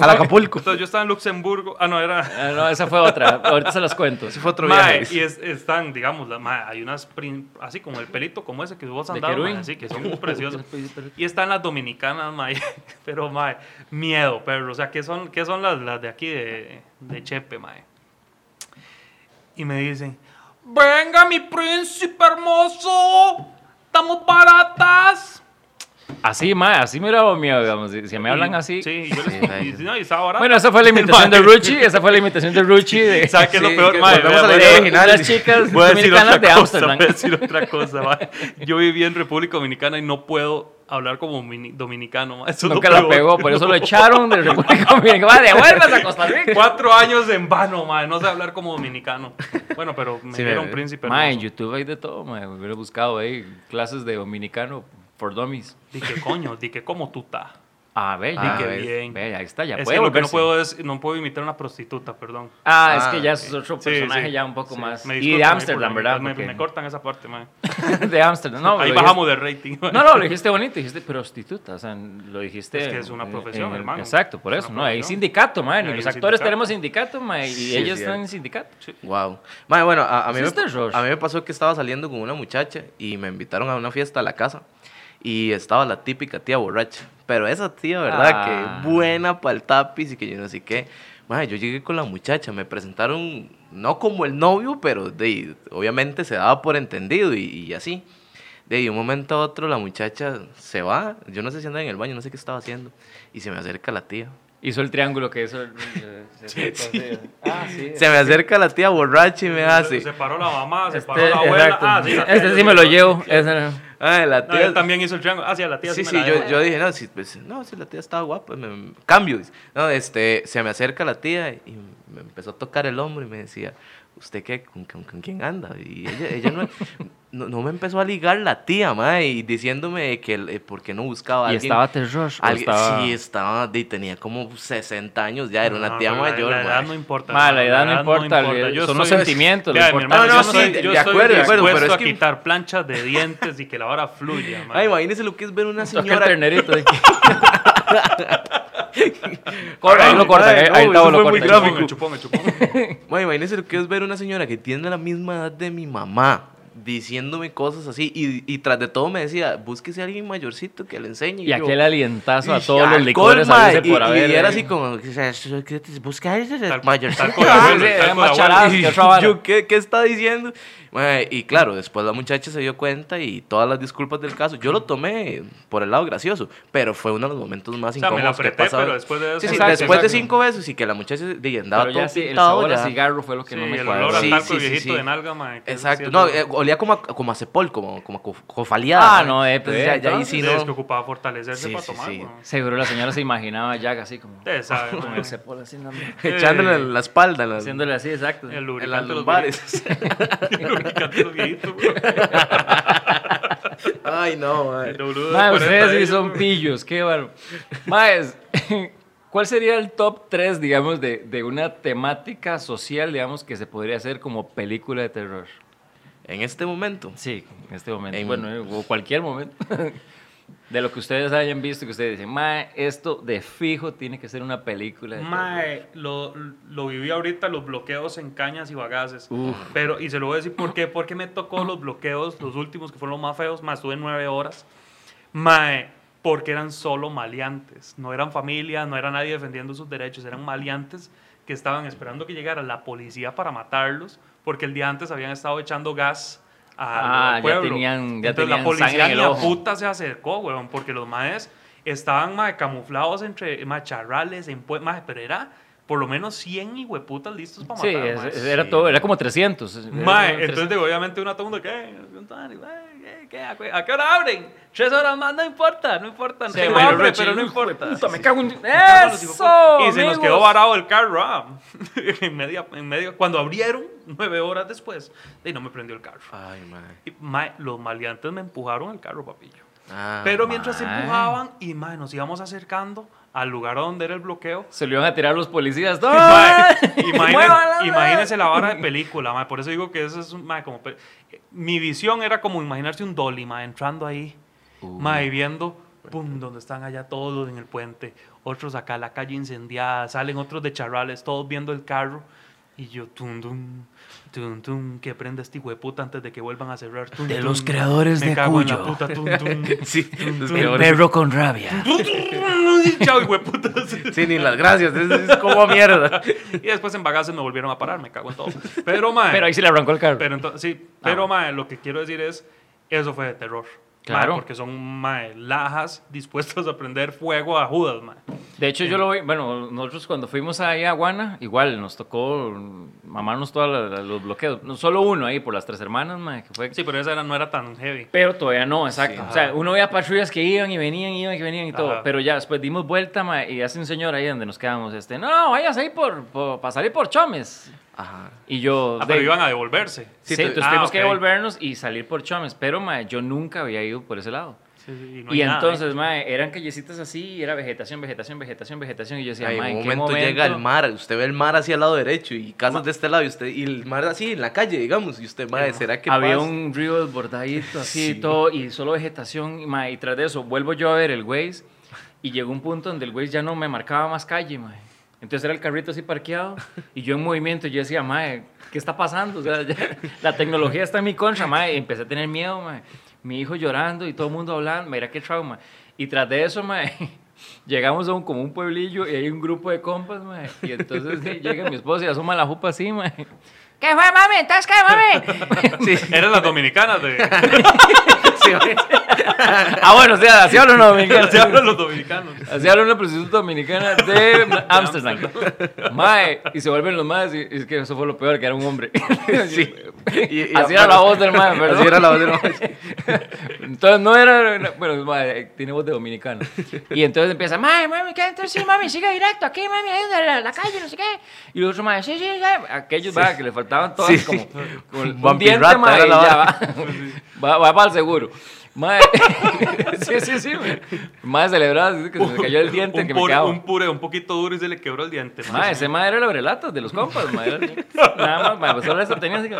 a la Acapulco.
Entonces, yo estaba en Luxemburgo. Ah, no, era...
Ah, no, esa fue otra. Ahorita se las cuento.
Ese fue otro
Mae,
viaje.
y es- están, digamos, la- mae, hay unas prin- así como el pelito como ese que vos
¿De
andado,
querubín?
mae, así que son preciosas. Y están las dominicanas, mae, *laughs* pero mae, miedo, pero o sea, ¿qué son, qué son las, las de aquí de, de Chepe, mae? Y me dicen, "Venga mi príncipe hermoso, estamos baratas."
Así, ma, así me daba miedo, digamos. Si, si me hablan
Y-
así.
Sí, y yo
Sí, mae.
les y, no, y estaba barata.
Bueno, esa
*laughs*
fue la imitación de
Mae.
Ruchi. Esa fue la imitación de Ruchi.
*laughs*
De,
¿Sabes qué es lo
Sí,
peor,
que
mae?
volvemos a la
Vea,
idea
mae,
original.
las chicas
Voy a decir
dominicanas
otra
de
cosa,
Amsterdam.
voy
pues. *laughs*
a decir otra cosa, ma. Yo viví en República Dominicana y no puedo hablar como mini- dominicano, ma. Eso es lo
Nunca la
peor.
pegó, por eso
*laughs*
lo echaron de República Dominicana. Ma, devuélvase a Costa Rica.
Cuatro años en vano, ma. No sé hablar como dominicano. Bueno, pero me
Sí,
dieron
bebé.
príncipe
Ma, en
hermoso.
YouTube hay de todo, ma. Me hubiera buscado ahí clases de dominicano for dummies.
Di que coño, di que como tú estás.
Ah, ve, ya.
Ah,
qué
ves.
bien.
Ve, ahí está, ya
es
puede
que lo que no
volverse.
puedo es, no puedo imitar a una prostituta, perdón.
Ah, es
Ah,
que ya es otro
Sí,
personaje
sí,
ya un poco
sí.
más.
Me
Y
disculpan
de
ahí
Amsterdam,
por-
¿verdad?
Me, me
Porque-
cortan esa parte, ma.
*laughs* de Amsterdam. No,
ahí
lo
bajamos de rating. ma.
No, no, lo dijiste bonito, dijiste prostituta, o sea, lo dijiste...
Es que es una profesión, hermano.
Exacto, por
Es
eso,
una
¿no? Hay
profesión.
sindicato, man,
Hay
y los
un
actores
sindicato.
tenemos sindicato, man, y
Sí,
ellos
sí,
están
hay.
en sindicato.
Wow. Mae, bueno, a, a mí
Sí,
me,
Pues este es terror.
a mí me pasó que estaba saliendo con una muchacha y me invitaron a una fiesta a la casa y estaba la típica tía borracha. Pero esa tía, ¿verdad?
Ah.
Que buena para el tapiz y que yo no sé qué. Mae, yo llegué con la muchacha, me presentaron no como el novio, pero de, obviamente se daba por entendido y, y así. De un momento a otro la muchacha se va, yo no sé si andaba en el baño, no sé qué estaba haciendo, y se me acerca la tía.
Hizo el triángulo que eso... sí, Ah, sí.
Se me acerca la tía borracha y me hace...
Se paró la mamá, se
Este,
paró la abuela.
exacto.
Ah, sí, la
este
tía-
sí me lo llevo. este ese-
Ay, la
No,
tía...
él también hizo el triángulo. Ah, sí, a la tía
Sí,
me
sí,
la
yo,
debo.
yo dije, no, si, pues, no, si la tía estaba guapa, me- me- cambio. dice. No, este, se me acerca la tía y me empezó a tocar el hombro y me decía, ¿usted qué? ¿Con, con- con quién anda? Y ella, ella no, *laughs* no, no me empezó a ligar la tía, mae, y diciéndome que el- eh, por qué no buscaba a
Y
alguien.
estaba terror. o
alguien-
estaba...
Sí, estaba, de- tenía como 60 años ya, era una
No,
tía
pero la-
mayor,
La,
mae.
edad no importa.
Ma, la
hermano,
edad no importa, le- son los sentimientos, lo
Vea, mi
importante.
hermano,
No,
yo
no,
soy-
sí, de-
yo
de
estoy
acuerdo, de acuerdo, pero
dispuesto
es
a
que-
quitar planchas de dientes y que la vara fluya, ma.
Ay, imagínese lo que es ver una
Toca el
señora...
ternerito. ahí. *laughs* Corre, ahí
Ay,
lo corta,
madre,
ahí
no,
ahí
eso
todo lo
fue muy
corta.
gráfico.
Chupón, chupón, *laughs* chupón.
Mae, imagínese lo que es ver una señora que tiene la misma edad de mi mamá diciéndome cosas así y, y tras de todo me decía, búsquese a alguien mayorcito que le enseñe.
Y
yo,
aquel alientazo a
"Ih,
todos los
alcohol,
licores
mae",
a veces
y-
por haber.
Y era
eh.
así como, o sea, "Su- que te- busca a ese
Tal-
mayorcito".
tal cual,
Ah,
abuelo,
sí,
tal
era
cual,
macharadas,
abuelo.
y
Otra vara.
yo, ¿qué, qué está diciendo? Mae, y claro, después la muchacha se dio cuenta y todas las disculpas del caso. Yo lo tomé por el lado gracioso, pero fue uno de los momentos más
O sea, me
incómodos
la
que
apreté,
pasaba.
pero después de eso.
Sí, sí,
Exacto,
después de
exacto.
cinco besos y que la muchacha de andaba
Pero
todo
ya sí, el
pintado,
sabor a
ya-
cigarro fue lo que no
Sí,
me
el
cuadró.
olor a
Sí,
talco
sí, sí,
viejito
sí.
de nalga, ma. que es
Exacto,
cierto.
no, eh, olía como a, como a cepol, como, como a co- cofaleada,
Ah,
¿no?
no, eh,
Entonces,
pues,
ya, ya ahí
entonces,
sí,
Sí,
no.
es que ocupaba fortalecerse
Sí,
para
sí,
tomar,
sí.
ma.
Seguro la señora se imaginaba a Jack así
*laughs*
como...
*laughs*
Ustedes saben,
Con
ma.
el cepol así en *laughs* la mano.
*laughs* Echándole en la espalda, en, las-
Haciéndole así, exacto.
El
en las
lubricante de los
lumbares. *laughs*
viejitos. El lubricante de los viejitos, bro.
Ay, no, mae.
Mae, ustedes sí son pillos, qué bárbaro. Maes, *laughs* ¿cuál sería el top 3, digamos, de, de una temática social, digamos, que se podría hacer como película de terror?
En este momento.
Sí, en este momento.
En-
Bueno, eh, o cualquier momento. *laughs* De lo que ustedes hayan visto, que ustedes dicen, mae, esto de fijo tiene que ser una película. de terror".
Mae, lo, lo viví ahorita, los bloqueos en cañas y bagaces. Pero, y se lo voy a decir por qué, porque me tocó los bloqueos, los últimos que fueron los más feos, más estuve nueve horas. Mae, porque eran solo maleantes, no eran familia, no era nadie defendiendo sus derechos, eran maleantes que estaban esperando que llegara la policía para matarlos, porque el día antes habían estado echando gas
Ah,
a
ya
al pueblo.
tenían- ya
Entonces la
tenían sangre
policía
en
ni
el
la
ojo.
puta se acercó, weón, porque los maes estaban mae, camuflados entre mae, charrales, en pue- mae, pero era por lo menos 100 hueputas listos para
Sí,
matar.
es-
mae.
es- era todo, era como 300. era
Mae,
como
entonces
300.
digo, obviamente una todo el mundo, ¿qué? ¿Qué? ¿Qué? ¿A qué- a qué hora abren? Tres horas más, no importa, no importa.
Sí,
tengo
bueno,
hambre,
Richie,
pero no
hijo de
importa.
puta, me cago en-
Cago en los
¡Eso,
hijueputas. Y se nos
amigos!
quedó varado el carro, ah. *laughs* en, media, en medio, cuando abrieron, nueve horas después, y no me prendió el carro.
Ay, mae.
Y, mae, los maleantes me empujaron al carro, papillo.
Ah,
Pero mientras se
mae.
empujaban y mae, nos íbamos acercando al lugar donde era el
*laughs*
bloqueo.
Se lo iban a tirar los
*laughs*
policías. ¡Ah! ¡No! ¡Muévala!
Mae, imagínese, imagínese la vara de película, mae, por eso digo que eso es un- mae, como pe- mi visión era como imaginarse un dolly mae, entrando ahí, mae, y viendo pum, donde están allá todos en el puente, otros acá la calle incendiada, salen otros de charrales, todos viendo el carro y yo tum tum tum tum que prenda este hueputa antes de que vuelvan a cerrar tum,
De
tum,
los creadores
me
de
cago en la
Cuyo.
puta, tum,
*laughs*
tum.
Sí, es que
El
ahora-
perro con rabia.
*laughs* Chao, hijueputas.
sí, ni las gracias. Es, es como
*laughs*
mierda.
Y después en bagaces me volvieron a parar, me cago en todo. Pero, mae.
Pero ahí Ah, se le arrancó el carro.
pero entonces, sí, pero, mae, lo que quiero decir es: eso fue de terror. mae,
Claro.
porque son, mae, lajas dispuestos a prender fuego a Judas, mae.
De hecho, yo lo voy. Bueno, nosotros cuando fuimos ahí a Guana, igual nos tocó mamarnos todos los bloqueos. No, solo uno ahí por las tres hermanas, mae, que fue.
Sí, pero esa era- no era tan heavy.
Pero todavía no, exacto.
Sí.
o sea, uno veía patrullas que iban y venían, iban y venían y todo.
Ajá.
Pero ya después dimos vuelta mae, y hace un señor ahí donde nos quedamos. Este, no, no, vayas ahí por, por, para salir por Chomes.
Ajá.
Y yo.
Ah, pero
de-
iban a devolverse.
Sí,
Sí,
entonces
ah,
tuvimos que
ok.
devolvernos y salir por Chomes. Pero mae, yo nunca había ido por ese lado.
Sí, sí, no
Y
hay nada, ¿eh?
entonces, mae, eran callecitas así, y era vegetación, vegetación, vegetación, vegetación. Y yo decía,
Ay, en
mae,
un
¿en qué
momento, llega el
momento?
mar, usted ve el mar hacia el lado derecho y casas de este lado y usted y el mar así en la calle, digamos, y usted, madre, ¿será que
Había
pasa?
un río desbordadito así y
Sí.
todo, y solo vegetación, y, mae, y tras de eso vuelvo yo a ver el Waze, y llegó un punto donde el Waze ya no me marcaba más calle, mae. Entonces era el carrito así parqueado, y yo en movimiento, y yo decía, mae, ¿qué está pasando? O sea, *laughs* ya- la tecnología está en mi contra, mae, y empecé a tener miedo, mae. Mi hijo llorando y todo el mundo hablando, mira qué trauma. Y tras de eso, mae, *laughs* llegamos a un, como un pueblillo y hay un grupo de compas, mae, y entonces sí, llega mi esposa y asoma la jupa así, mae. ¿Qué fue, mami? ¿Entonces qué, mami? *laughs*
Sí,
¿eh? Eran las dominicanas de.
sí, mae.
*laughs* Ah, bueno, o sea, así hablan los dominicanos.
se hablan los dominicanos.
Así habla una prostituta dominicana de Ámsterdam. Mae, y se vuelven los maes y y es que eso fue lo peor, que era un hombre.
*laughs* Sí. Y- y
así era
aparte-
la voz del mae, pero
Así era la voz del mae.
*laughs* Entonces no era, no- bueno, mae, tiene voz de dominicano. Y entonces empieza, mae, mami, ¿qué? Entonces sí, mami, sigue directo aquí, mami, ahí de la, la calle, no sé qué. Y los otros mae, sí, sí, ya. Aquellos, mae, que le faltaban todas
Sí. *laughs*
como, como un
Vampirrata
diente, mae,
era
y
la
ya
vara.
va. *laughs* Va, va para el seguro. Mae, *laughs* sí, sí, sí. mae. Mae celebrado, dice que se me cayó el diente,
un,
que me
pure,
quedaba.
un puré un poquito duro y se le quebró el diente. mae.
Mae, ese mae era el abrelatas de los compas, mae. era- Nada más, mae, pues solo eso tenía así que-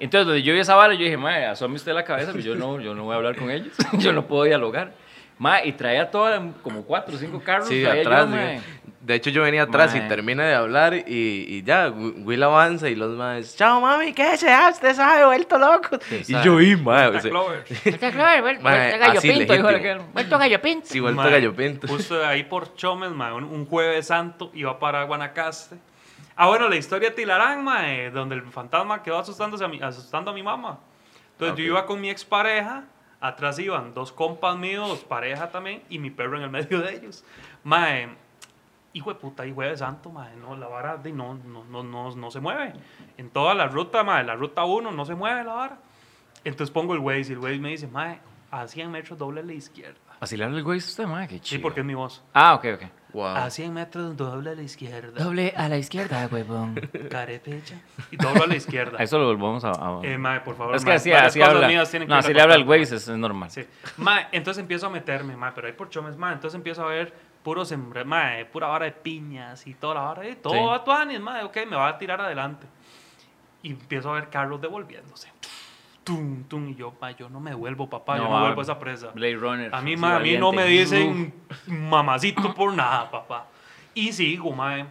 Entonces, donde yo vi esa vara, yo dije, mae, asome usted la cabeza, pero yo no, yo no voy a hablar con ellos, *laughs* yo no puedo dialogar. Mae, y traía toda, como cuatro o cinco carros,
Sí,
traía
atrás.
yo, mae.
digo. De hecho, yo venía atrás
Mae.
y termina de hablar y, y ya, Wi- Will avanza y los maes, chao mami, ¿qué se hace? Usted sabe, vuelto loco.
sabe.
Y yo, y mae, o
Está
sea,
Clover.
Está claro, vuel-
Mae,
vuelto gallo
así
pinto, dijo
legítimo.
aquel, Vuelto gallo pinto.
sí, vuelto
Mae,
gallo pinto. *laughs*
Justo ahí por Chomes, mae, un, un jueves santo iba para Guanacaste. Ah, bueno, la historia de Tilarán, mae, donde el fantasma quedó asustándose a mi, asustando a mi mamá.
Ah,
Entonces yo iba con mi expareja, atrás iban dos compas míos, pareja también, y mi perro en el *laughs* medio de ellos. Mae, hijo de puta, y jueves santo, mae, no, la vara de, no, no, no, no, no se mueve. En toda la ruta, mae, la ruta 1 no se mueve la vara. Entonces pongo el Waze y el Waze me dice, mae, a 100 metros doble a la izquierda.
Vacilarle el güey es usted, madre, qué
Sí,
chido.
porque es mi voz.
Ah, ok, ok.
Wow.
A 100 metros dobla a la izquierda.
Doble a la izquierda, huevón.
Carepecha. Y dobla a la izquierda. *laughs*
A eso lo volvemos a... a-
Eh, mae, por favor.
es que
mae,
así,
varias
así
cosas
habla.
mías tienen que
No,
ir
así le habla el
apartando.
güey, es, es normal.
*laughs* Sí. Mae, entonces empiezo a meterme, mae, pero hay porchones, mae. Entonces empiezo a ver puro sembra, mae, pura vara de piñas y toda la vara de todo
Sí.
va a tuanis, mae, ok, me va a tirar adelante. Y empiezo a ver carros devolviéndose. Tum, tum, y yo, mae, yo no me devuelvo, papá, yo
No,
no
ah,
vuelvo a esa presa.
Blade Runner.
A mí,
así
mae, a mí no me
valiente.
dicen mamacito por nada, papá. Y sigo, mae.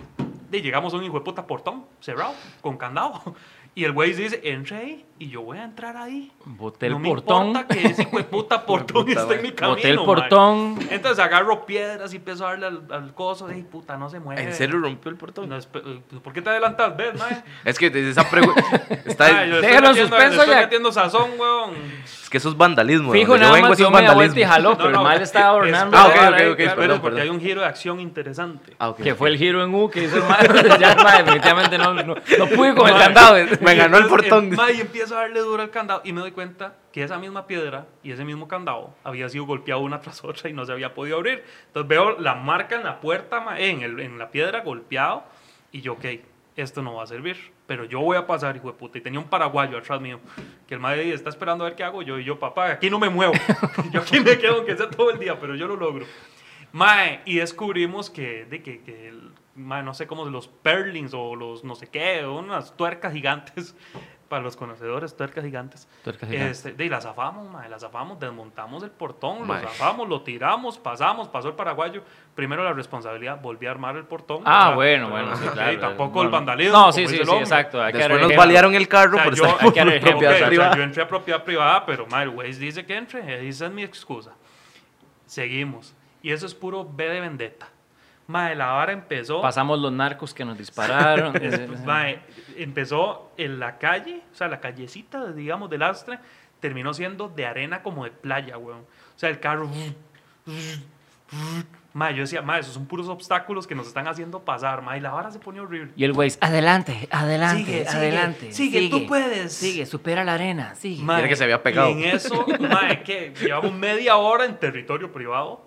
De llegamos a un hijo de puta portón, cerrado, con candado. *laughs* Y el güey dice, entre ahí, y yo voy a entrar ahí.
Boté el
no
portón.
me importa que ese hijo de puta portón
Puta,
esté en
mae.
mi camino,
Boté el
mae.
portón.
Entonces agarro piedras y empiezo a darle al, al coso, de puta, no se mueve.
¿En serio rompió el portón?
No, espe- ¿Por qué te adelantas, ves, mae?
Es que desde esa pregunta. *laughs* está-
Ay, yo le
Déjalo en
estoy metiendo-
suspenso
le estoy
ya.
metiendo sazón, weón.
es que eso es vandalismo. de
Fijo,
donde yo
nada
vengo,
más dio
eso es
media vuelta y
vandalismo.
jaló, pero el mal estaba adornando.
Ah,
la
ok,
vara
ok,
ahí,
ok,
claro.
perdón,
porque
perdón.
hay un giro de acción interesante.
*laughs* Ah, ok.
*laughs* Que
*laughs*
fue el giro en U que hizo el mal. *laughs* ya, mae, definitivamente no, no, no pude con el *laughs* candado.
Me ganó el
Entonces,
portón.
ma, y empiezo a darle duro al candado y me doy cuenta que esa misma piedra y ese mismo candado había sido golpeado una tras otra y no se había podido abrir. Entonces veo la marca en la puerta, ma, en, el- en la piedra golpeado y yo, ok, esto no va a servir, pero yo voy a pasar, hijo de puta. Y tenía un paraguayo atrás mío que el madre está esperando a ver qué hago yo y yo, papá, aquí no me muevo. *laughs* yo aquí me quedo aunque sea todo el día, pero yo lo logro. Mae, y descubrimos que, de que, que el- mae, no sé cómo, los perlings o los no sé qué, unas tuercas gigantes, *laughs* para los conocedores, tuercas gigantes.
Tuercas gigantes.
Este, de, y las zafamos, mae, las zafamos, desmontamos el portón,
Mae.
lo zafamos, lo tiramos, pasamos, pasó el paraguayo. Primero la responsabilidad, volví a armar el portón.
Ah,
¿verdad?
bueno,
Pero
bueno,
no sé
sí,
qué,
claro. eh,
y tampoco
no,
el
no.
vandalismo.
No, sí,
como
sí,
dice el
sí,
hombre.
exacto. hay que dar
Después nos
ejemplo.
balearon el
O
carro
sea,
por
yo,
estar
hay que dar
en
ejemplo,
propiedad
ok, o sea,
privada.
yo entré a propiedad privada, pero mae, el güey dice que entre, esa es mi excusa. Seguimos. Y eso es puro B de vendetta. Mae, la vara empezó.
Pasamos los narcos que nos
*laughs*
dispararon. es- es-
Mae, empezó en la calle, o sea, la callecita, digamos, del Astra, terminó siendo de arena como de playa, weón. O sea, el carro. Mae, yo decía, mae, esos son puros obstáculos que nos están haciendo pasar, mae. Y la vara se pone horrible.
y el güey, "Ah, adelante, adelante,
Sigue, sigue,
adelante.
sigue, tú puedes.
Sigue, supera la arena, sigue.
Mae,
Mira que se había pegado.
Y en eso, mae, que llevamos media hora en territorio privado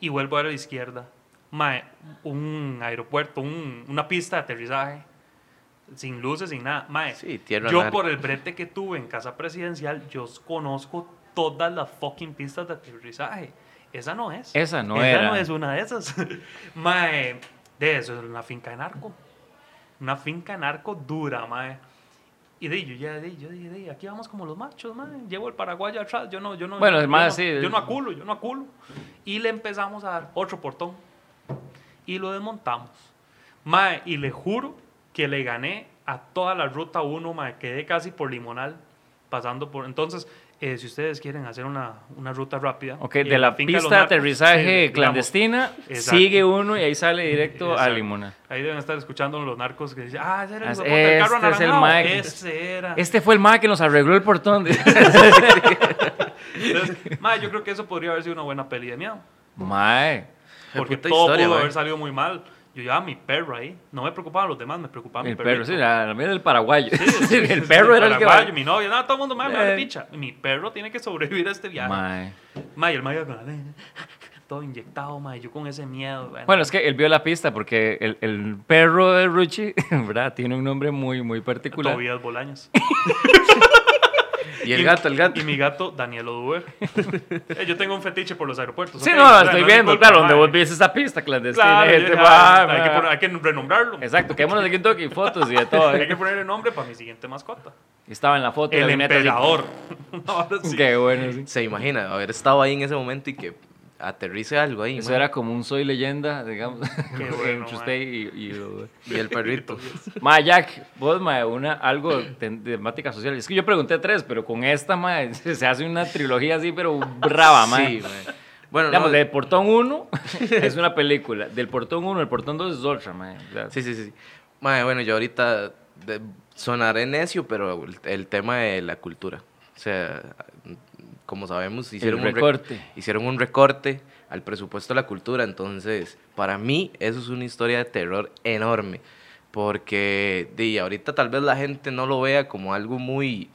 y vuelvo a ver a la izquierda. Mae, un aeropuerto, un- una pista de aterrizaje, sin luces, sin nada. Mae,
Sí, tierra
yo
nadie.
por el brete que tuve en casa presidencial, yo conozco todas las fucking pistas de aterrizaje. Esa no es.
Esa no
Esa
era.
no es una de esas. *laughs* mae, de eso es una finca de narco. Una finca de narco dura, mae. Y de, yo ya de, yo dije, de, aquí vamos como los machos, mae. Llevo el paraguayo atrás, yo no, yo no.
Bueno,
yo
es más,
no-
sí.
Yo no aculo, yo no aculo. Y le empezamos a dar otro portón. Y lo desmontamos. Mae, y le juro que le gané a toda la ruta 1, mae. Quedé casi por Limonal, pasando por. Entonces, eh, si ustedes quieren hacer una, una ruta rápida.
Ok,
eh,
de la
finca
pista de
Los Narcos,
aterrizaje
eh, digamos,
clandestina,
Exacto.
sigue uno y ahí sale directo a
Exacto.
Limona.
Ahí deben estar escuchando los narcos que dicen, ah, ese era el,
As-
huevote del carro
este es el
anaranjado".
Mike.
Ese era.
Este fue el mae que nos arregló el portón.
*laughs* Entonces, mae, yo creo que eso podría haber sido una buena peli de miedo.
mae.
Porque
puta
todo
historia,
pudo
mae.
haber salido muy mal. Yo llevaba mi perro ahí. No me preocupaban los demás, me preocupaba mi
El
perro.
perro,
*laughs*
sí, la, la mía del paraguayo. *laughs* el perro era el que va.
Mi novia, nada, todo el mundo mae, me
Eh.
vale picha. Mi perro tiene que sobrevivir a este viaje.
Mae.
Mae, y el mae, todo inyectado, mae, yo con ese miedo.
Bueno, es que él vio la pista porque el, el perro de Ruchi, *laughs* ¿verdad? Tiene un nombre muy, muy particular.
Tobías
*laughs*
Bolaños.
*laughs* Y el gato, el gato.
Y mi gato,
*laughs*
Daniel Oduber. Eh, yo tengo un fetiche por los aeropuertos.
Sí,
ok,
no,
o sea,
estoy
es mi
viendo,
culpa,
claro, donde
mae.
vos ves esa pista clandestina.
Claro,
gente,
yo dije,
mae,
ah, hay,
mae.
que poner- hay que renombrarlo.
Exacto, quedémonos aquí en Kentucky, fotos y de todo.
*laughs* Hay que ponerle nombre para mi siguiente mascota.
Y Estaba en la foto.
El
la viñeta así. *laughs*
emperador. *laughs* Ahora sí.
Qué bueno, sí.
Se imagina haber estado ahí en ese momento y que aterrice algo ahí.
Eso
man.
era como un soy leyenda, digamos, *laughs* entre
bueno,
usted y, y lo-
Y
*laughs*
el perrito.
Ma, Jack, vos, ma, una, algo de de temática social. Es que yo pregunté tres, pero con esta, ma, *laughs* se hace una trilogía así, pero brava, ma.
Sí, man. Bueno,
Digamos,
no,
del Portón
*laughs*
1 es una película. Del Portón 1, el Portón 2 es otra, ma. O sea,
Sí, sí, sí. sí. Mae, bueno, yo ahorita de- sonaré necio, pero el, el tema de la cultura. O sea, como sabemos, hicieron, un rec-
recorte.
hicieron un recorte al presupuesto de la cultura. Entonces, para mí, eso es una historia de terror enorme. Porque, di, ahorita tal vez la gente no lo vea como algo muy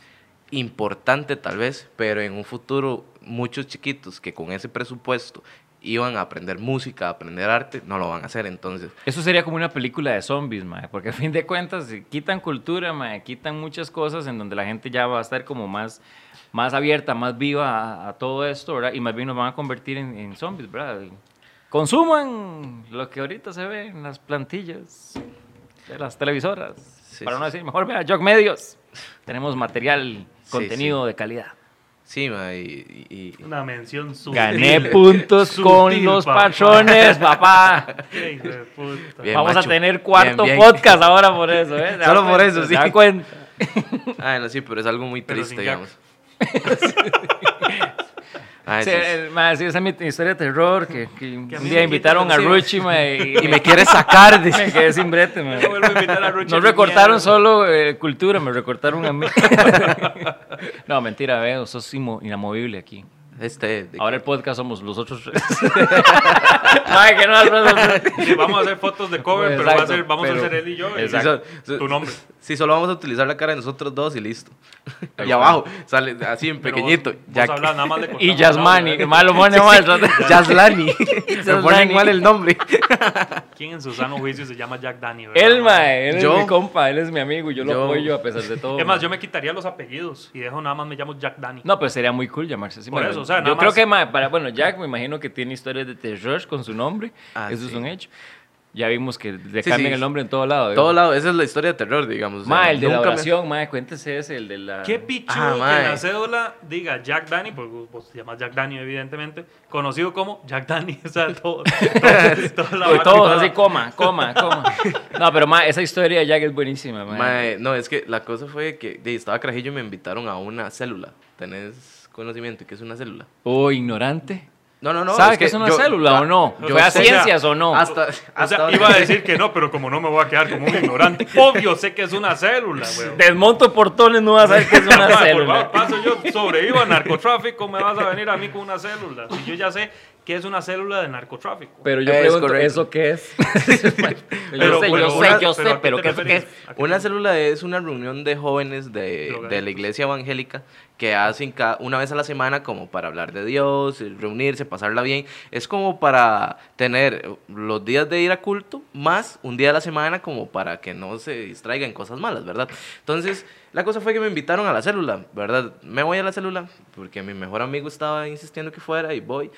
importante tal vez, pero en un futuro muchos chiquitos que con ese presupuesto iban a aprender música, a aprender arte, no lo van a hacer. Entonces,
Eso sería como una película de zombies, mae, porque a fin de cuentas si quitan cultura, mae, quitan muchas cosas en donde la gente ya va a estar como más, más abierta, más viva a, a todo esto, ¿verdad? Y más bien nos van a convertir en, en zombies, ¿verdad? Y consuman lo que ahorita se ve en las plantillas de las televisoras.
Sí,
para
sí,
no decir, mejor vea, Jog Medios. Tenemos material,
Sí,
contenido de calidad.
sí, ma, y- y- y-
Una mención sutil.
Gané
*laughs*
puntos con
Sutil,
los
papá.
patrones, papá.
Qué hijo de puta.
Bien,
Vamos
macho.
a tener cuarto
Bien, bien.
podcast ahora por eso,
*laughs*
¿eh? ¿Se da
Solo por
cuenta?
eso,
¿Se
sí.
da cuenta?
Ah, no, sí, pero es algo muy
Pero
triste,
sin
digamos. *laughs*
gag.
Ah,
Sí,
sí, sí.
el- ma, sí, esa es mi historia de terror. Que, que un
Que a mí
día
me
invitaron a
quitan, sí.
Ruchi ma,
*laughs*
y,
Y me quiere sacar de...
*laughs* me quedé sin brete. ma.
No vuelvo a invitar a Ruchi
No
ni
recortaron
mierda.
solo eh, cultura, me recortaron a mí. *laughs* no, mentira, veo, sos inmo- inamovible aquí.
Este, de-
Ahora el podcast somos los otros
*laughs*
tres. *laughs* Mae, que no, nosotros-
Sí, Vamos a hacer fotos de cover, pero va a
Exacto,
ser- vamos
pero-
a hacer él y yo. y-
Sí,
Exacto.
so-
Tu nombre.
Sí, solo vamos a utilizar la cara de nosotros dos y listo.
Ahí
y
está.
abajo, sale así en
pero
pequeñito.
vos- vos
Jack-
hablas, nada más
*laughs*
le
Y
cortamos el
Yasmani,
audio,
que
¿eh?
malo
*laughs*
pone mal. *laughs*
Jaslani. Me ponen
Jaslani.
mal
*laughs*
el nombre.
*laughs* ¿Quién en su sano juicio se llama Jack Daniel?
Él, mae, él
Yo-
es mi compa, él es mi amigo, yo,
Yo-
lo apoyo a pesar de todo.
Es más,
mae.
yo me quitaría los apellidos y dejo nada más me llamo Jack Daniel.
No, pero sería muy cool llamarse así.
Por
mae.
eso, o sea, nada
yo creo
más-
que, mae, para, bueno, Jack me imagino que tiene historias de terror con su nombre.
Ah,
eso es
sí.
un hecho. Ya vimos que le
Sí,
cambian
sí.
el nombre en todo lado.
Todo lado, esa es la historia de terror, digamos. o sea,
Mae, el de la
nunca me-
oración, mae, cuéntese ese, el de la...
Qué pichu
Ah,
que
mae.
en la cédula diga Jack Pues, Danny, porque vos te llamas Jack Danny, evidentemente, conocido como Jack Danny, *laughs* o sea,
*laughs*
todo, todo, toda la
Y
vara.
Pues todos así, coma, coma,
*laughs*
coma. No, pero, mae, esa historia de Jack es buenísima, mae.
Mae, no, es que la cosa fue que de, estaba Carajillo y me invitaron a una célula. ¿Tenés conocimiento de qué es una célula?
Oh, ignorante.
No, no, no.
¿Sabe que es una
yo-
célula o no?
yo
¿Fue a
sé-
ciencias o no?
Hasta,
O
hasta
sea,
donde-
iba a decir que no, pero como no me voy a quedar
*laughs*
como un ignorante, obvio, sé que es una célula, weón.
Desmonto portones, no vas a saber qué *laughs* es una
Mae,
célula.
Por favor, paso yo, sobrevivo a narcotráfico, me vas a venir a mí con una célula. Si yo ya sé que es una célula de narcotráfico.
Pero yo
Es
pregunto,
correcto.
¿eso qué
*laughs*
es? *laughs*
Pero-
yo sé,
pero
yo sé,
una-
yo
pero ¿a
sé,
qué
pero
te
¿qué es? ¿qué es?
referís? ¿A qué
Una
te-
célula es una reunión de jóvenes de, de la
Drogadictos.
iglesia evangélica que hacen ca- una vez a la semana como para hablar de Dios, eh, reunirse, pasarla bien. Es como para tener eh, los días de ir a culto más un día a la semana como para que no se distraigan cosas malas, ¿verdad? Entonces, la cosa fue que me invitaron a la célula, ¿verdad? Me voy a la célula porque mi mejor amigo estaba insistiendo que fuera y voy.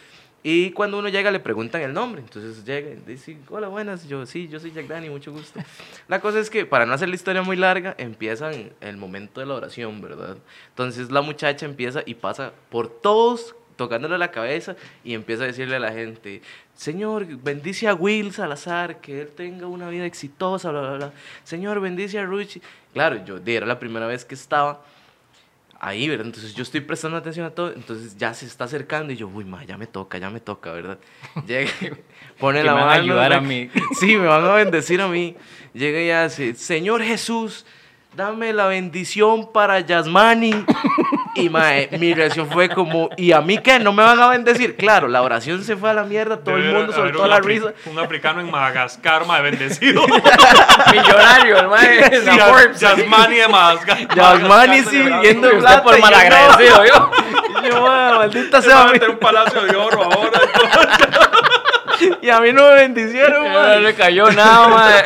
Y cuando uno llega le preguntan el nombre. Entonces llega y dice, hola, buenas. Yo, sí, yo soy Jack Dani, mucho gusto. La cosa es que, para no hacer la historia muy larga, empiezan el momento de la oración, ¿verdad? Entonces la muchacha empieza y pasa por todos tocándole la cabeza y empieza a decirle a la gente, Señor, bendice a Will Salazar, que él tenga una vida exitosa, bla, bla, bla. Señor, bendice a Ruchi. Claro, yo di, era la primera vez que estaba ahí, ¿verdad? Entonces yo estoy prestando atención a todo, entonces ya se está acercando y yo, uy, ma, ya me toca, ya me toca, ¿verdad? *laughs* Llega, pone
Que
la
me van
mano.
a ayudar a
¿verdad? *laughs*
mí.
Sí, me van a bendecir a mí. Llega y hace, Señor Jesús, dame la bendición para Yasmani. Y mae, mi reacción fue como, ¿y a mí qué? ¿No me van a bendecir? Claro, la oración se fue a la mierda, todo el
Debería
mundo
haber
soltó
un
la
afri-
risa.
Un africano en Madagascar,
*laughs*
mae, bendecido.
Millonario, el *laughs* mae. la
Ya-
Forbes.
Yasmani de Madagascar.
Yasmani
Madagascar,
sí,
de verdad.
viendo
Usted
plata.
por
y yo, no.
malagradecido, yo.
*laughs* Y yo, mae,
*laughs*
maldita
Se va a
sea,
meter un palacio de oro ahora.
y a mí no me bendicieron,
No
mae.
le cayó
*laughs*
nada, mae.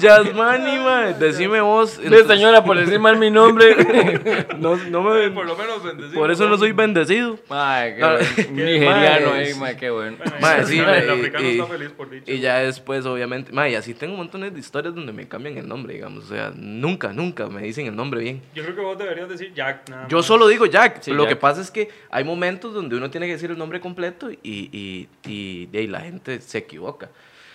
Yasmani, mae, decime vos.
Ve, señora, por decir mal mi nombre.
*laughs* No, no me ben-
Por lo menos bendecido.
Por eso no soy bendecido.
Mae, qué
No,
bueno.
*laughs* qué
Nigeriano,
mae.
eh, mae, qué bueno.
Mae, sí, mae,
el
y-
africano
y-
está feliz por dicho.
Y ya después, obviamente, ma, y así tengo montones de historias donde me cambian el nombre, digamos. O sea, nunca, nunca me dicen el nombre bien.
Yo creo que vos deberías decir Jack. nada
Yo
más.
solo digo Jack.
Sí,
lo
Jack.
que pasa es que hay momentos donde uno tiene que decir el nombre completo y, y, y, de ahí la gente se equivoca.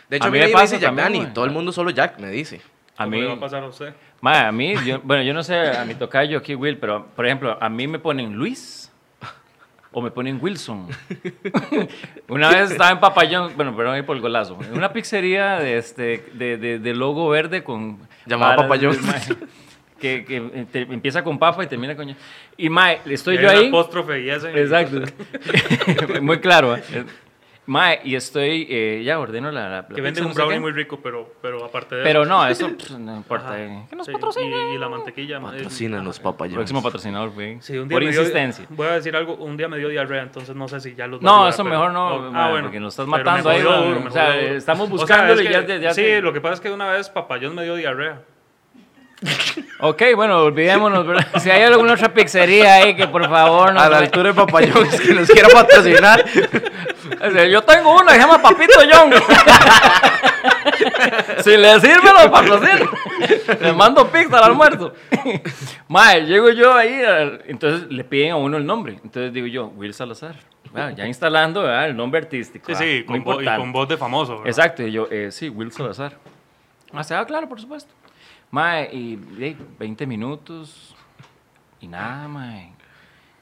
De hecho,
A
a
mí
mí,
me
nadie me,
pasa
dice Jack
también,
Dani.
güey.
Todo el mundo solo Jack me dice.
A
¿Cómo le va a
mí,
pasar a usted?
mae, a mí, yo- bueno, yo no sé a mi tocayo aquí, Will, pero por ejemplo, a mí me ponen Luis o me ponen Wilson. *laughs* Una vez estaba en Papayón, bueno, perdón ahí por el golazo, en una pizzería de, este, de, de- de logo verde con...
Llamada
varas,
Papayón.
mae, Que, que, eh, te- empieza con papa y termina con... Y mae,
Y
estoy
hay
yo
un
ahí...
Apóstrofe y ese.
*laughs* Exacto. Muy claro. ¿eh? Mae, y estoy, eh, ya ordeno la, la- la
Que
pizza,
venden
no
un
sé qué.
brownie muy rico, pero, pero aparte de
Pero
eso. *laughs*
no, eso pff, no importa.
Ajá.
eh. Que nos
Sí,
patrocinen.
Y, y la mantequilla. ma- eh,
Patrocínanos, papayón.
Ah, Próximo patrocinador, güey.
Sí, un día
Por
me dio-
insistencia.
voy a decir algo, un día me dio diarrea, entonces no sé si ya los voy a
No,
ayudar,
eso
pero-
mejor no,
Ah,
madre,
bueno.
porque nos estás
Pero me
matando ahí,
jodió
güey.
duro, me
O sea,
jodió duro.
estamos
O sea,
buscándole
es
y
que-
ya te- ya
Sí,
te-
lo que pasa es que una vez papayón me dio diarrea.
Ok, bueno, olvidémonos, ¿verdad? *laughs* Si hay alguna otra pizzería ahí que por favor nos
A la
re-
altura de papayón, es que nos quiera
*laughs*
patrocinar.
O sea, Yo tengo una, se llama Papito John. *laughs* si le sirve, lo patrocino. Le mando pizza al almuerzo. *laughs* Mae, llego yo ahí, al- entonces le piden a uno el nombre. Entonces digo yo, Will Salazar. Bueno, ya instalando ¿verdad? el nombre artístico.
Sí,
¿verdad?
sí,
Muy
con vo- y
Ah, importante.
con voz de famoso. ¿verdad?
Exacto, y yo, eh, sí, Will Salazar. Ah, se va, claro, por supuesto. Mae, y eh, 20 minutos y nada, mae.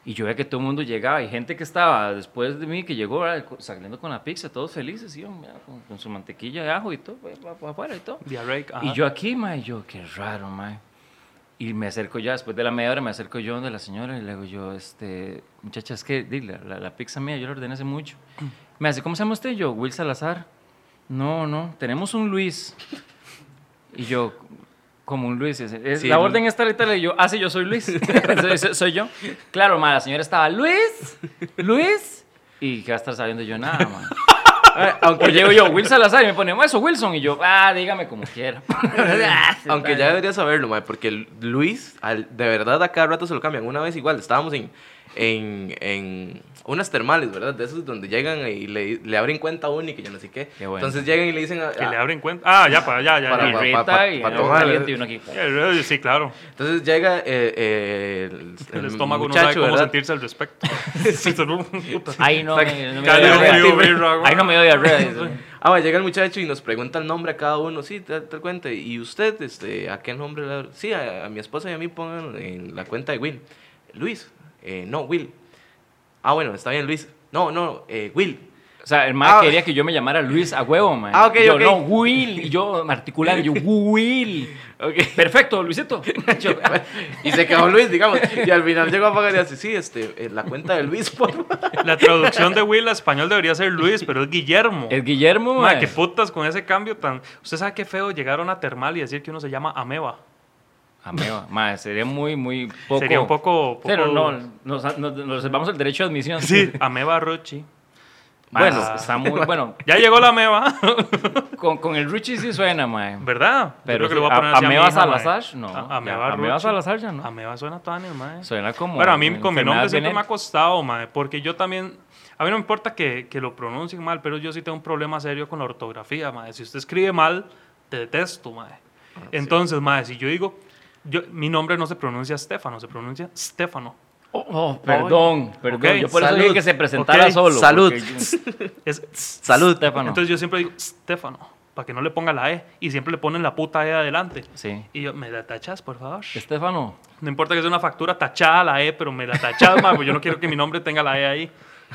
Y yo veía que todo el mundo llegaba y gente que estaba después de mí que llegó ¿verdad? Co- saliendo con la pizza, todos felices, y yo, mira, con, con su mantequilla de ajo y todo, pues, pa- pa- pa- afuera y todo.
Diarreica,
Y
ajá.
yo aquí, mae, yo, qué raro, mae. Y me acerco ya, después de la media hora me acerco yo donde la señora y le digo yo, este, muchacha, es que di, la, la- la pizza mía yo la ordené hace mucho. Me hace, ¿cómo se llama usted? Yo, Will Salazar. No, no, tenemos un Luis. Y yo, como un Luis, es, es-
Sí,
la
Lu-
orden está tal y tal, y yo, ah, sí, yo soy Luis. *laughs* soy, soy- soy yo. Claro, ma, la señora estaba, Luis, Luis. Y que va a estar sabiendo yo nada, ma. Eh, Aunque llego yo, Will Salazar, y me pone, "Ma, eso Wilson, y yo, ah, dígame como quiera.
Aunque ya debería saberlo, mae, porque Lu- Luis, al- de verdad, a cada rato se lo cambian. Una vez igual, estábamos en, en, en unas termales, ¿verdad? De esos donde llegan y le, le abren cuenta única y yo no sé qué.
Qué bueno.
Entonces llegan y le dicen... a-
Que
a-
le abren cuenta. Ah, ya, para allá, ya.
Para-
Y
ya.
para-
Rita,
pa-
y
pa-
algo
tomar.
caliente, y uno aquí.
Eh, eh, Sí, claro.
Entonces llega eh, eh, el,
*laughs* El
el
estómago no sabe
muchacho,
cómo
¿verdad?
sentirse al respecto.
*laughs*
Sí, puta.
Ahí no
*laughs* Saca-
me, no me
Cali-
dio diarrea.
frío, birra, güey.
Ahí no me dio diarrea.
*laughs*
dice.
Ah, va, llega el muchacho y nos pregunta el nombre a cada uno. Sí, te, te cuenta. ¿Y usted, este, a qué nombre? le- Sí, a, a mi esposa y a mí pongan en la cuenta de Will. Luis. Eh, no, Will. Ah, bueno, está bien, Luis. No, no, eh, Will.
O sea, el mae
Ah.
quería que yo me llamara Luis a huevo, mae.
Ah, ok,
yo,
ok.
no, Will. Y yo me articulaba, y
*laughs*
yo, Will. Perfecto, Luisito. Yo,
Y se quedó Luis, digamos. Y al final llegó a pagar y dice, sí, este, eh, la cuenta de Luis,
*laughs*
por favor".
La traducción de Will a español debería ser Luis, pero es Guillermo.
*laughs* es Guillermo,
Ma,
mae.
qué putas con ese cambio tan. Usted sabe qué feo llegar a una termal y decir que uno se llama Ameba.
Amigo, mae, Ah, sería muy, muy poco.
Sería un poco. poco...
Pero no, nos, nos, nos reservamos el derecho de admisión. *laughs*
Sí, Ameba Ruchi.
Bueno,
Ah.
está muy bueno.
Ya llegó la Ameba, *laughs*
Con, con el Richie sí suena, mae.
¿verdad? Yo
Pero
creo que lo voy a
sí,
poner
a-
así mi
Ameba
hija, ma.
Salazar, no.
A-
Ya,
Ameba
Ameba
Ruchi.
Salazar ya no.
Ameba suena eh. tan, hermano.
Suena como.
Bueno, a mí con mi
enfermedad
nombre siempre me ha
venérea.
costado, mae, porque yo también, a mí no me importa que, que lo pronuncien mal, pero yo sí tengo un problema serio con la ortografía, mae. Si usted escribe mal, te detesto, mae.
Ah,
Entonces, mae, si yo digo, yo, mi nombre no se pronuncia Estefano, se pronuncia
*laughs*
Stefano.
Oh, oh, perdón, perdón.
Ok,
Yo por eso
salud.
dije que se presentara
Ok,
solo.
salud.
porque yo-
Es
Salud.
Stefano.
Entonces yo siempre digo Stefano, para que no le ponga la E, y siempre le ponen la puta E adelante.
Sí.
Y yo, ¿me la tachas, por
*laughs*
favor?
Estefano.
No importa que sea una factura tachada la E, pero me la tachas, ma, pues yo no quiero que mi nombre tenga la E ahí.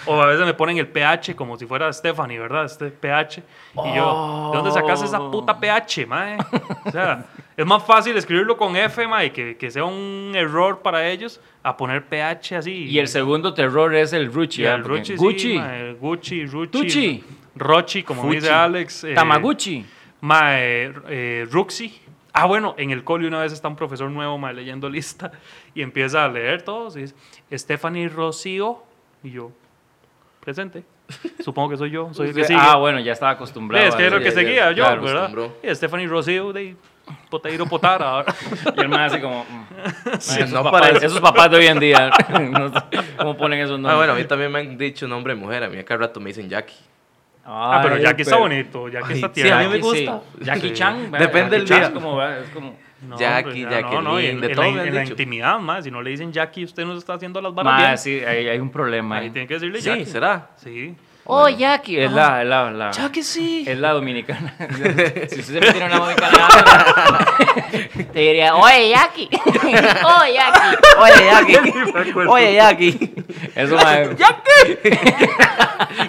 O a veces me ponen el PH como si fuera Stephanie, ¿verdad? Este PH. Y yo, ¿de dónde sacas esa puta PH, mae? eh?" O sea, es más fácil escribirlo con F, mae, que, que sea un error para ellos, a poner PH así.
Y el segundo terror es el Ruchi.
Y
¿verdad?
el
Porque
Ruchi, sí,
Gucci.
mae, el Gucci, Ruchi.
Tucci.
Rochi, como
Fuchi.
dice Alex. eh,
Tamaguchi.
Mae, eh, Ruxi. Ah, bueno, en el cole una vez está un profesor nuevo, mae, leyendo lista y empieza a leer todos y dice, Stephanie Rocío y yo,
*laughs*
presente. Supongo que soy yo, soy el que sigue.
Ah, bueno, ya estaba acostumbrado.
es que
a
es lo
eso.
que
ya,
seguía
ya,
yo,
claro,
¿verdad?
acostumbró.
Y Stephanie Rocío de Potairo Potara.
*laughs*
ahora.
Y el más así como.
*laughs*
mm. Mae, esos,
no
papás,
parece.
esos papás de hoy en día. *laughs* no sé ¿Cómo ponen esos nombres?
Ah, bueno, a mí también me han dicho nombre de mujer. A mí a cada rato me dicen Jackie.
ah, pero
Ay,
ya que está
pero-
bonito, ya que
Ay,
está
sí, a mí
tierno.
me
Jackie, sí.
gusta.
Jackie
Sí.
Chan. ¿verdad? Jackie
Depende del
Chan
día.
es como, ¿verdad? es como.
No,
Jackie,
hombre, ya,
Jacqueline,
no, no, y en,
de
en
todo
la,
me han
en la
dicho.
intimidad, más, si no le dicen Jackie, usted no está haciendo las balas
Mae,
bien.
sí, hay, hay un problema.
Ahí Ah.
ahí.
tiene que decirle
Sí,
Jackie.
será.
Sí.
Oh, Jackie. Es la, es la, la-
sí.
Es la dominicana. *laughs* si usted se metiera
*laughs*
una dominicana, te diría, oye, Jackie. oye, Jackie.
Oye,
*laughs*
Jackie. Oye, Jackie.
Eso, mae.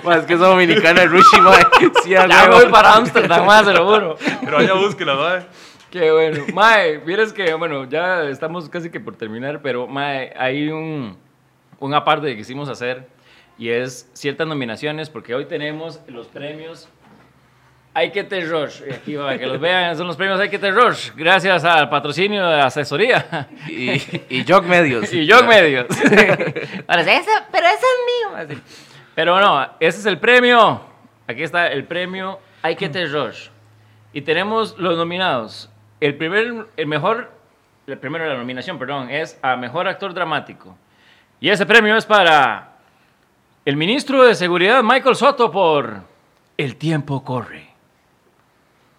Más que esa dominicana,
*laughs*
Rushi, mae. Sí,
Ya
a
me
huevo.
voy para Ámsterdam, mae, se lo juro.
Pero
*laughs*
allá búsquela, mae.
Qué bueno. Mae, vieras que, bueno, ya estamos casi que por terminar, pero mae, hay un, un aparte que quisimos hacer y es ciertas nominaciones, porque hoy tenemos los premios Hay que Terror. Y aquí para que los vean, son los premios Hay que Terror. Gracias al patrocinio de asesoría
Y, y Jog
*laughs*
Medios.
y yo medios.
*laughs*
Ahora sí, "Esa- pero ese es mío. Así. Pero no, ese es el premio. Aquí está el premio Hay que Terror. Y tenemos los nominados. El primer, el mejor, el primero de la nominación, perdón, es a Mejor Actor Dramático. Y ese premio es para el ministro de Seguridad Michael Soto por El tiempo corre.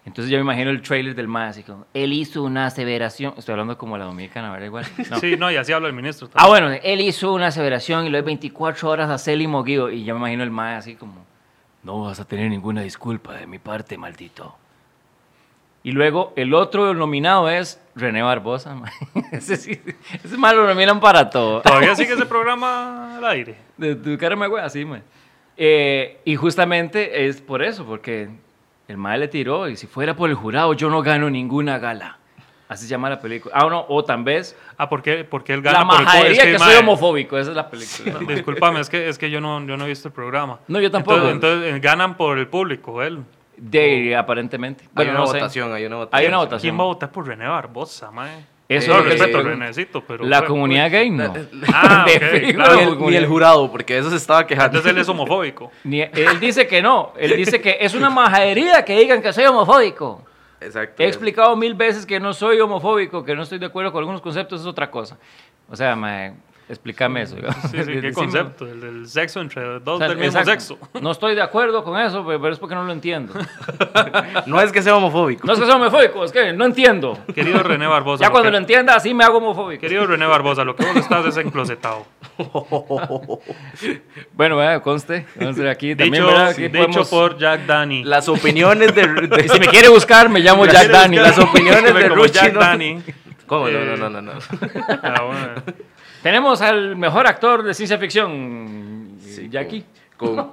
Entonces yo me imagino el trailer del más él hizo una aseveración, estoy hablando como la dominicana, ¿verdad? Igual. No.
Sí, no, y así habla el ministro.
Ah, bueno, él hizo una aseveración y lo es 24 horas a Célimo Guido. Y yo me imagino el mae así como, no vas a tener ninguna disculpa de mi parte, maldito. Y luego el otro nominado es René Barbosa. *laughs* mae. Ese, sí, ese mae lo nominan para todo.
Todavía sigue ese programa al aire.
*laughs* De tu cara me así, mae. Eh, y justamente es por eso, porque el mae le tiró y si fuera por el jurado yo no gano ninguna gala. Así se llama la película. Ah, no, o tal vez
Ah, ¿por qué? Porque él gana
La
por el poder.
majadería
Es
que,
que,
soy
mae,
homofóbico, esa es la película. mae.
Discúlpame, es que, es que yo, no, yo no he visto el programa.
No, yo tampoco.
Entonces, entonces, eh, ganan por el público, él.
De, aparentemente.
Hay
Bueno,
una
no sé.
votación, hay una votación.
Hay una votación.
¿Quién va a votar por René Barbosa, mae?
Eso
no,
es lo que
respeto,
se
eh,
pregunta.
Renécito, pero...
La
fue-
comunidad gay *laughs* no.
Pues, Ah,
De
ok,
fijo,
claro.
la
Ni el, ni
comunidad-
el jurado, porque eso se estaba quejando.
pues, Entonces él es homofóbico.
ni- él dice que no.
*laughs*
Él dice que es una majadería que digan que soy homofóbico.
*laughs* Exacto.
He explicado mil veces que no soy homofóbico, que no estoy de acuerdo con algunos conceptos, es otra cosa. O sea, mae, explícame eso. *laughs*
Sí, sí, ¿qué
Decime-
concepto? El del sexo entre dos
O sea,
del mismo
exacto.
sexo.
No estoy de acuerdo con eso, pero pero es porque no lo
*laughs*
entiendo.
No es que sea homofóbico.
No es que sea homofóbico, es que no entiendo.
Querido René
*laughs*
Barbosa.
Ya cuando
que-
lo entienda, así me hago homofóbico.
Querido René Barbosa, lo que vos estás es enclosetado.
Bueno, vea, conste. Entonces, aquí *laughs* también,
Dicho,
¿verdad? Aquí
dicho
podemos-
por Jack
*laughs*
Danny.
Las opiniones de. de-
Y si me quiere buscar, me llamo
Si me
Jack
quiere
Daniel.
buscar- las
*laughs*
opiniones de
Como
Ruchi,
Jack
¿no?
Danny.
*laughs* ¿Cómo?
Eh.
No, no, no, no. no.
Ah, bueno.
Tenemos al mejor actor de ciencia ficción,
Sí,
Jackie.
Con, con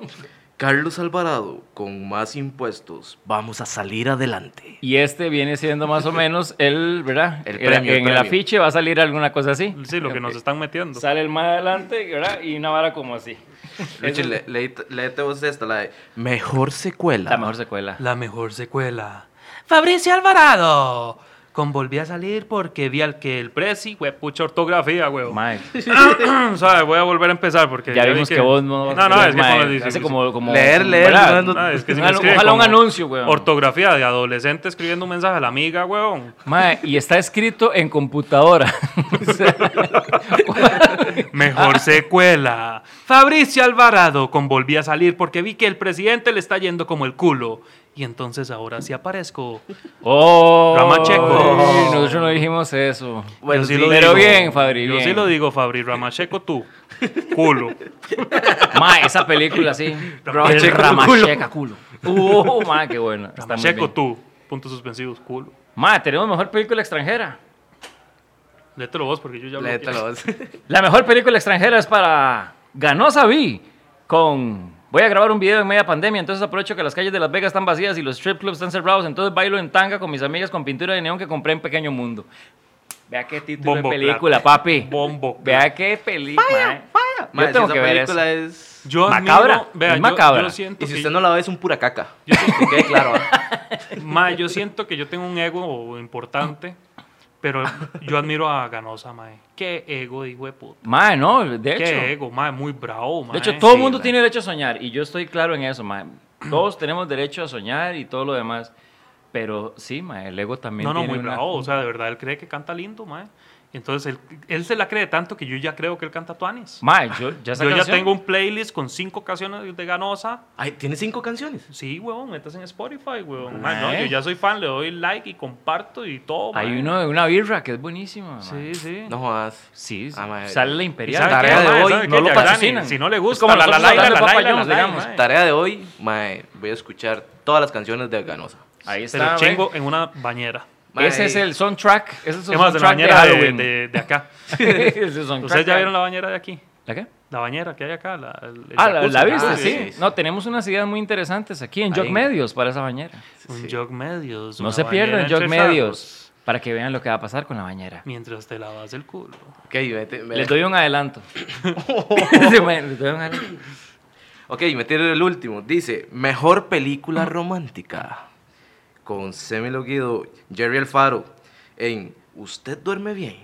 Carlos Alvarado, con más impuestos, vamos a salir adelante.
Y este viene siendo más o menos el, ¿verdad?
El premio, el
En el
premio.
afiche va a salir alguna cosa así.
Sí, lo que nos están metiendo.
Sale el más adelante, ¿verdad? Y una vara como así.
Richie, le- leíte- léete vos esta, la de mejor secuela.
La mejor secuela.
La mejor secuela. Fabricio Alvarado. Convolví a salir porque vi al que el presi, güey, pucha ortografía, güey. *clears throat*
Mike,
¿Sabes? Voy a volver a empezar porque.
ya vimos que, vos no.
No, no, es que
Mae,
cuando dice-
eh, hace como, como.
Leer, leer,
¿verdad?
no, no,
No, Ah, es que si me
Ojalá-
escribe
ojalá un
como
anuncio, güey.
Ortografía de adolescente escribiendo un mensaje a la amiga, weón.
Mae, y está escrito en computadora. O sea,
Mejor secuela. Fabricio Alvarado convolví a salir porque vi que el presidente le está yendo como el culo. Y entonces ahora sí aparezco.
¡Oh!
Ramacheco.
Nosotros no dijimos eso.
Bueno,
Yo
sí,
lo
pero
digo.
bien, Fabri,
Yo
bien.
sí lo digo, Fabri. Ramacheco, tú.
*laughs*
Culo.
Ma, esa película, sí.
Ramacheca
El Ramacheca culo. Uh, ma, qué buena. Está muy
Ramacheco,
bien.
tú. Puntos suspensivos, culo.
Ma, tenemos mejor película extranjera.
Léetelo vos porque yo ya lo
Léetelo vos. *laughs*
La mejor película extranjera es para Ganosa Vi con... Voy a grabar un video en media pandemia, entonces aprovecho que las calles de Las Vegas están vacías y los strip clubs están cerrados, entonces bailo en tanga con mis amigas con pintura de neón que compré en Pequeño Mundo. Vea qué título
Bombo
de película, papi.
Bombo
Vea qué película. eh. Yo
Mae, si
tengo
esa
que ver eso.
película es.
Yo
Macabra,
admiro- vea,
es
yo-
macabra.
Yo, siento
Y si
que
usted no la ve, es un pura caca.
yo,
Que quede claro. ¿ah?
ma, yo siento que yo tengo un ego importante, pero yo admiro a Ganosa, mae. Qué ego, hijo de puta.
Ma, no, de hecho.
Qué ego, mae, muy bravo, mae.
De hecho, todo el
sí,
mundo
mae.
tiene derecho a soñar y yo estoy claro en eso, mae. Todos tenemos derecho a soñar y todo lo demás. Pero sí, mae, el ego también
No, no,
tiene
muy
una-
bravo. O sea, de verdad, él cree que canta lindo, mae. Entonces, él, él se la cree tanto que yo ya creo que él canta tuanis.
Mae, yo ya esa
Yo ya
canción-
tengo un playlist con cinco canciones de Ganosa.
*laughs* Ay, tiene cinco canciones.
Sí, huevón, metas en Spotify, huevón.
Mae.
Mae, no, yo ya soy fan, le doy like y comparto y todo, mae.
Hay uno de una birra que es buenísima, mae.
Sí, sí.
No jodas.
Sí, sí.
Ah, mae.
sale la
¿Y
imperial.
sabe
Tarea
qué,
de
mae?
hoy,
¿Sabe
no
qué?
lo
Ya
patrocinan.
ganan. Si no le
Es
gusta,
como
la la
nosotros
la la la
hablando de
la
Papa
la
John's, digamos.
mae.
Tarea de hoy, mae, voy a escuchar todas las canciones de Ganosa.
Ahí
Se
está.
lo
mae.
chingo en una bañera.
Mae,
Ese es el soundtrack. Ese es el
Es más, de la
soundtrack de,
bañera de,
Halloween.
de, de acá.
*laughs* Ese es el soundtrack
¿Ustedes ya
de-
vieron la bañera de aquí?
¿La qué?
La bañera que hay acá. La, el- el
Ah, la,
jacuzzi.
la viste,
Ah,
sí.
sí, sí.
No, tenemos unas ideas muy interesantes aquí en Jog
Ahí.
Medios para esa bañera.
Un jog medios.
No
una
se pierdan
bañera
Jog
entre sacos,
Medios para que vean lo que va a pasar con la bañera.
Mientras te lavas el culo.
Ok, vete,
*laughs*
me-
Les doy un adelanto. Sí, me- les doy un adelanto.
Ok, me tiro el último. Dice, mejor película romántica. Con Semelo Guido, Jerry Alfaro, en ¿Usted duerme bien?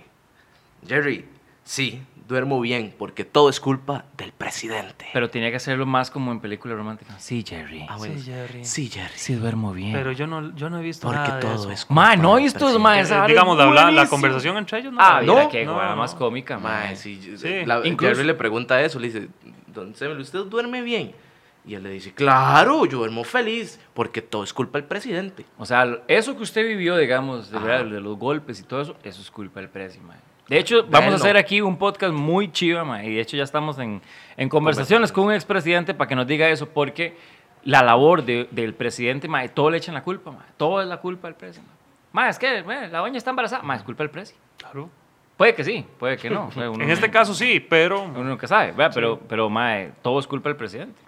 Jerry, sí, duermo bien, porque todo es culpa del presidente.
Pero tenía que hacerlo más como en película romántica. Sí, Jerry.
Ah, bueno.
Sí, Jerry.
Sí, Jerry.
Sí, duermo bien.
Pero yo no, yo no he visto
Porque
nada de
todo
eso.
es culpa
Ma, no,
del
y estos
presidente.
ma, Ah, esa
Eh,
vara es
digamos, la, la, la
buenísima.
conversación entre ellos no.
Ah, mira
no,
qué
no,
guara
no.
más cómica, ma.
Mae, sí,
Sí.
la-
Incluso-
Jerry le pregunta eso, le dice, don Semel, ¿usted duerme bien? Y él le dice, claro, yo duermo feliz, porque todo es culpa del presidente.
O sea, lo- eso que usted vivió, digamos, de,
Ajá.
verdad, de los golpes y todo eso, eso es culpa del precio, mae. De hecho, vamos a
Bueno.
hacer aquí un podcast muy chiva, mae, Y de hecho ya estamos en, en conversaciones con un expresidente para que nos diga eso, porque la labor de- del presidente, mae, todo le echan la culpa, mae. Todo es la culpa del precio, mae. Mae, es que mae, la doña está embarazada, mae, es culpa del precio.
Claro.
Puede que sí, puede que *laughs* no. mae, uno
En este
no-
caso sí, pero
Uno nunca sabe, ¿verdad? Pero, pero, mae, todo es culpa del presidente.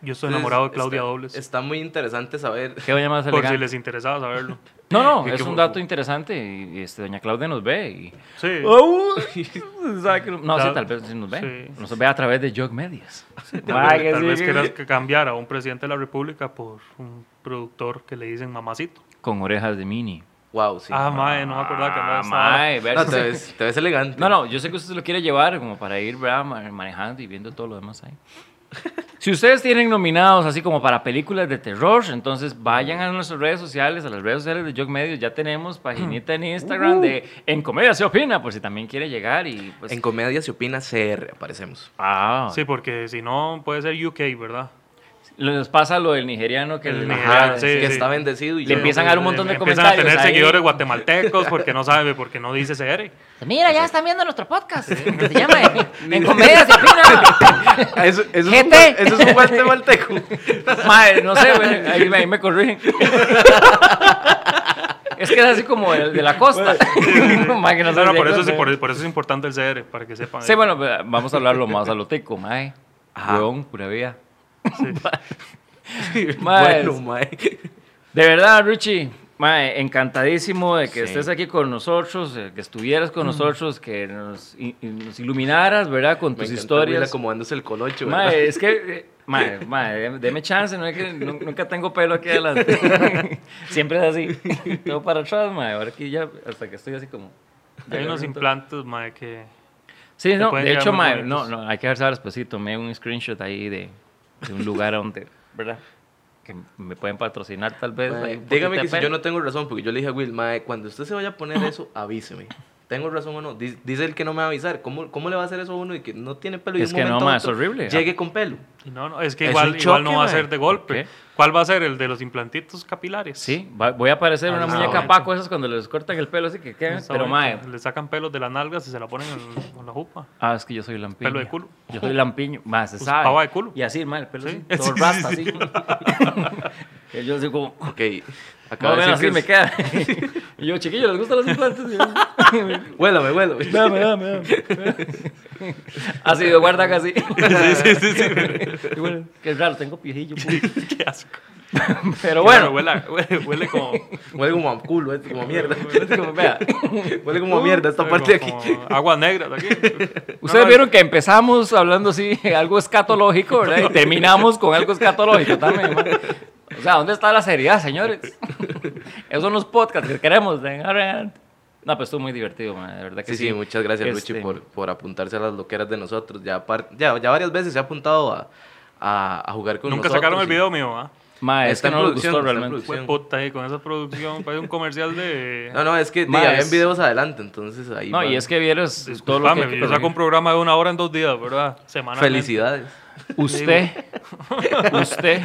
yo estoy enamorado de Claudia
está,
Dobles.
Está muy interesante saber.
¿Qué doña más
por si
elegante?
les interesaba saberlo.
*laughs* No, no,
*laughs* Qué-
es
qué
un
bu-
dato interesante y, y, este, doña Claudia nos ve y...
Sí.
*laughs* Oh,
*laughs*
*laughs* sabe que no, no, sí,
Tal-
tal vez sí nos ve.
sí.
Nos ve a través de Jog
*laughs*
Medias.
Tal,
Ay,
vez-
que
tal
sí,
vez
que-
quieras que cambiar a un presidente de la República por un productor que le dicen mamacito.
Con orejas de mini.
Wow, sí.
ah, mae, no me acordaba que andaba
Ah,
esa vara.
mae,
no,
versus-
te ves, te ves elegante.
No, no, yo sé que usted se lo quiere llevar como para ir ¿verdad? Ma- manejando y viendo todo lo demás
*laughs*
ahí. Si ustedes tienen nominados así como para películas de terror, entonces vayan a nuestras redes sociales, a las redes sociales de Jog Medios. Ya tenemos paginita en Instagram de
Uh.
En Comedia se opina, por si también quiere llegar y pues...
En comedia se opina CR, aparecemos.
ah,
Sí, porque si no puede ser UK, ¿verdad?
les pasa lo del nigeriano que
El
les-
nigeriano,
Ajá,
sí,
que
sí.
está bendecido y
Le
yo-
empiezan a dar un montón de
Empiezan
comentarios
a tener
ahí.
seguidores guatemaltecos porque no sabe, porque no dice CR.
Mira, ya están viendo nuestro podcast. Se llama En, en Comedia se opina.
Ah, Eso, eso es un,
Gente.
gua- eso es un guatemalteco.
Madre, no sé, güey. Ahí, ahí me corrigen. es que es así como el de la costa. *laughs* *laughs* Mae, que no
No,
sé
no,
si
por,
hay
eso es,
costa.
por, por eso es importante el CR, para que sepan.
Sí, bueno, pero vamos a hablarlo más a lo teco, mae.
Ajá.
Huevón, pura vida. *laughs* Mae,
*laughs* bueno, mae.
De verdad, Richie, mae, encantadísimo de que
Sí.
estés aquí con nosotros, eh, que estuvieras
Mm.
con nosotros, que nos, i- i- nos iluminaras, ¿verdad? Con
Me
tus
encanta
historias.
Will acomodándose el colocho. ¿verdad?
Mae, es que, eh, mae, mae, dem- deme chance, no es que nu- nunca tengo pelo aquí
*laughs*
adelante. Siempre es así. Tengo para atrás, mae. Ahora aquí ya, hasta que estoy así como.
Hay unos implantes, mae, que...
Sí, no,
pueden
de
quedar
hecho,
muy
mae, no,
bonitos.
no, hay que ver después. Sí, tomé un screenshot ahí de, de un lugar a donde, ¿verdad? Que me pueden patrocinar tal vez.
Mae,
hay un
dígame
poquito
que
de
si yo
pelo.
no tengo razón, porque yo le dije a Will, mae, cuando usted se vaya a poner eso, avíseme. ¿Tengo razón o no? Diz- Dice el que no me va a avisar. ¿Cómo, cómo le va a hacer eso a uno y que no tiene pelo? Y de
Es
un
que no,
momento a
mae, es
otro
horrible.
Llegue con pelo.
y No, no, es que
Es
igual,
un
igual
choque,
no va a
mae.
ser de golpe.
Ok.
¿Cuál va a ser? ¿El de los implantitos capilares?
Sí, va- voy a parecer
Ah,
una
está
muñeca
bonito.
Paco, esas cuando les cortan el pelo, así que quedan.
Está
Pero, mae,
bonito. Le sacan pelos de las nalgas y se la ponen en, en
*laughs*
la jupa.
Ah, es que yo soy lampiño.
Pelo de culo.
Yo soy lampiño. Más, se
Pues,
sabe.
pava de culo.
Y así, mal, el pelo
Sí.
así, todo
Sí,
rasta,
sí, sí.
así. *laughs* Y yo soy como...
Ok.
Más
*laughs* Acaba
o menos
de
así me
decir que...
queda. *laughs* y yo, chiquillo, ¿les gustan los implantes? Y yo,
*laughs* Huélame, huélame.
*laughs* dame, dame, dame. así, de guarda casi.
sí, sí,
*laughs*
sí. sí.
y bueno, qué raro, tengo piejillo.
*laughs*
pu-
Qué asco.
Pero bueno.
huele, huele, huele
*laughs*
como...
*laughs* Huele como a culo, eh, como a mierda.
es como, vea,
*laughs* Huele como a mierda esta parte de aquí.
Como Aguas negras de aquí.
*laughs* Ustedes
No, no,
vieron que empezamos hablando así, *laughs* algo escatológico, ¿verdad? Y terminamos con algo escatológico también. man. O sea, ¿dónde está la seriedad,
*laughs*
señores? Esos son los podcasts que queremos. de ahora en adelante. No, pues estuvo muy divertido, man, de verdad que
*laughs* Sí,
sí.
sí, muchas gracias, Luchi,
Este,
por, por apuntarse a las loqueras de nosotros. Ya, apar- ya, ya varias veces se ha apuntado a, a, a jugar con
Nunca
nosotros.
sacaron el
y-
video mío, ¿ah?
ma, es
Está
que
en
no nos
producción,
gustó
está en
realmente.
producción.
Fue puta, eh, con esa producción, parece un
*laughs*
comercial de...
No, no, es que di,
Mae,
habían
es-
videos adelante, entonces ahí.
No,
van.
y es que vieras todo lo
Disculpame,
que...
yo saco un programa de una hora en dos días, ¿verdad? Semanal.
Felicidades.
Usted, usted,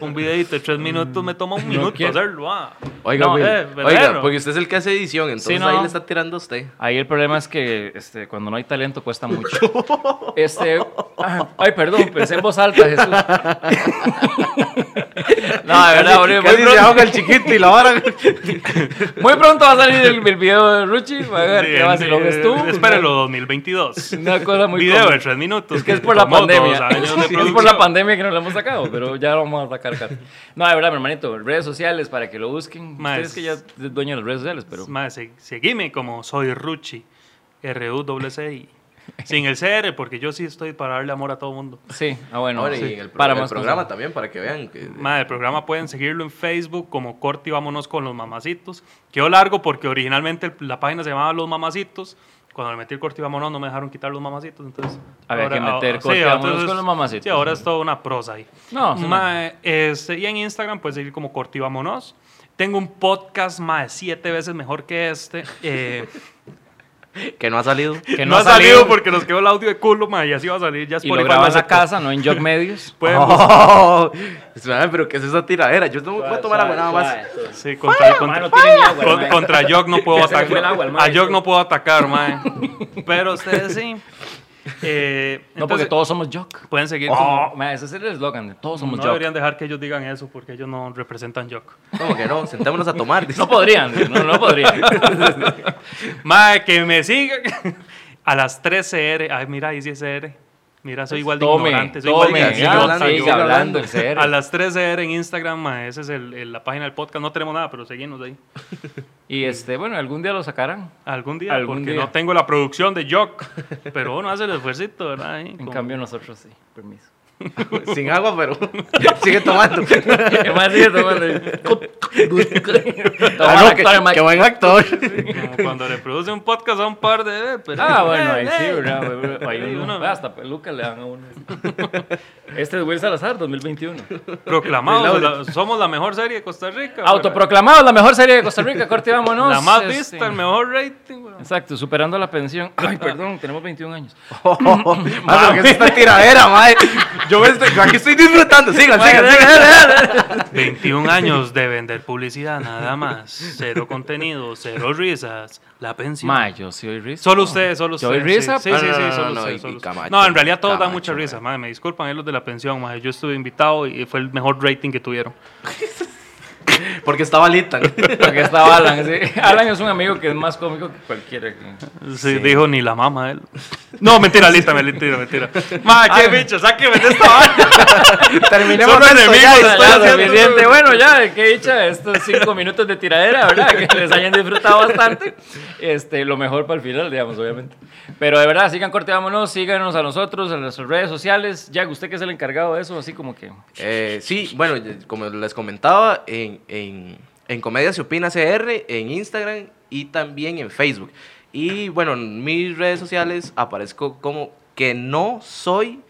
Un videito de tres minutos me toma un minuto
quiero-
hacerlo, ah.
Oiga,
No,
Will,
eh,
oiga,
verdadero.
porque usted es el que hace edición, entonces
no.
ahí le está tirando a usted.
ahí el problema es que este, cuando no hay talento cuesta mucho.
*laughs*
Este, ah, ay, perdón, pensé en voz alta, Jesús. No, de verdad, hombre, muy
Casi se
pronto-
ahoga el chiquito y la vara.
*laughs* Muy pronto va a salir el, el video de Ruchi. Va a ver
Sí,
qué
en-
vacilón es tú.
eh,
*laughs*
Espérenlo, 2022.
Una cosa muy
Video de
cómica.
tres minutos.
Es que es por la
tomó dos
pandemia.
años
*laughs*
de
Es por la
producción.
pandemia que no lo hemos sacado, pero ya lo vamos a sacar. Kat. No, de verdad, mi hermanito, redes sociales para que lo busquen.
Ma,
Ustedes que ya es dueño de las redes sociales, pero
Más, se- seguime como soy Ruchi. R-U-C-I. Sin el CR, porque yo sí estoy para darle amor a todo el mundo.
Sí, ah, bueno.
Ahora,
sí.
y el, pro-
Para
el
más
programa
cosas.
también, para que vean. que-
Madre, el programa pueden seguirlo en Facebook como Corti Vámonos con los Mamacitos. Quedó largo porque originalmente el- la página se llamaba Los Mamacitos. Cuando le metí el Corti Vámonos no me dejaron quitar los Mamacitos, entonces...
Había que meter
ah,
Corti Vámonos
entonces-
con los Mamacitos.
Sí, ahora es toda una prosa ahí.
No, sí,
Mae, este, y en Instagram puedes seguir como Corti Vámonos. Tengo un podcast, más siete veces mejor que este. eh,
Que no ha salido.
*laughs* Que
*laughs*
no,
no
ha
ha
salido,
salido.
porque nos quedó el audio de culo, mae, y así va a salir. Ya
Y lo
Spotify
grabas
lo
en la
aceptó.
casa, no en Jog Medios.
Pueden buscar-
Oh, espérame, pero ¿qué es esa tiradera? Yo no me puedo tomar agua nada más.
Sí, contra, contra,
Mano, tiene agua,
Con-
mae.
contra Jock no puedo
Que se me fue
atacar.
el agua, el
a
mae.
Jock no puedo
*laughs*
atacar, mae. Pero ustedes sí. Eh,
No, porque
entonces,
todos somos Jock.
pueden seguir
Oh,
como.
mae, ese es el eslogan de todos somos
no
Jock.
deberían dejar que ellos digan eso porque ellos no representan Jock.
Como que no, sentémonos
*laughs*
a tomar. dice.
No podrían, no, no podrían.
Mae, que me sigan. *laughs* A las 3 CR. Ay, mira, ahí sí es CR. Mira, soy igual de
Tome,
ignorante. Soy igual de
tome,
sigue
ya,
hablando, sigue
sigue hablando, en
ignorante.
serio.
A las 3 CR en Instagram, mae. Esa es el- el- la página del podcast. No tenemos nada, pero seguimos ahí.
Y este, bueno, algún día lo sacarán.
Algún día,
Algún
porque
día.
no tengo la producción de Jock. Pero uno hace el esfuercito, ¿verdad? Ahí,
En
con-
cambio nosotros sí, permiso. *laughs*
*laughs* Sin agua, pero sigue tomando.
Es más, sigue tomando. Toma
Ah, no,
la
que,
actual, Mike.
que
*laughs*
buen actor. *laughs*
Como cuando le produce un podcast a un par de... eh, Pero,
Ah, bueno, ahí sí,
Eh,
¿verdad? Ahí
Sí,
uno,
uno-
hasta peluca le dan a uno. Este es Will Salazar 2021.
eh, Proclamados, la- somos la mejor serie de Costa Rica. ¿verdad?
Autoproclamado la mejor serie de Costa Rica, corte, vámonos.
La más
Este,
vista, el mejor rating, *laughs* weón.
Exacto, superando la pensión. Ay, perdón, tenemos 21 años.
Ah, pero ¿qué es esta tiradera, mae? Yo, me estoy, yo aquí estoy disfrutando. Sigan, sigan, sigan.
21 años de vender publicidad, nada más. Cero contenido, cero risas. La pensión.
Ma, yo sí oí risa.
Solo ustedes, solo
¿Yo
ustedes.
doy risa?
Sí,
No,
sí,
no,
sí,
no,
solo
no,
ustedes,
y-
solo
y
ustedes.
Camacho,
No, en realidad todos dan
Camacho,
mucha risa,
mae.
madre. Me disculpan, es los de la pensión, madre. Yo estuve invitado y fue el mejor rating que tuvieron.
Porque estaba lista.
*laughs* Porque estaba Alan. sí. Alan es un amigo que es más cómico que cualquiera. que-
Sí, dijo ni la mamá de él. *laughs* No, mentira, lista, mentira,
*laughs*
mentira. Madre, qué
Ay.
bicho, sáqueme de esta vaina.
*laughs* Terminemos
Solo
esto
enemigos,
ya,
estoy
estoy
Ya,
haciendo-
suficiente. Bueno, ya, que dicha estos cinco minutos de tiradera, ¿verdad? Que les hayan disfrutado bastante. Este, lo mejor para el final, digamos, obviamente. Pero de verdad, sigan corte, vámonos, síganos a nosotros, en nuestras redes sociales. Ya, usted que es el encargado de eso, así como que.
Eh, sí, bueno, y- como les comentaba, en, en, en Comedia Se Opina CR, en Instagram y también en Facebook. Y bueno, en mis redes sociales aparezco como que no soy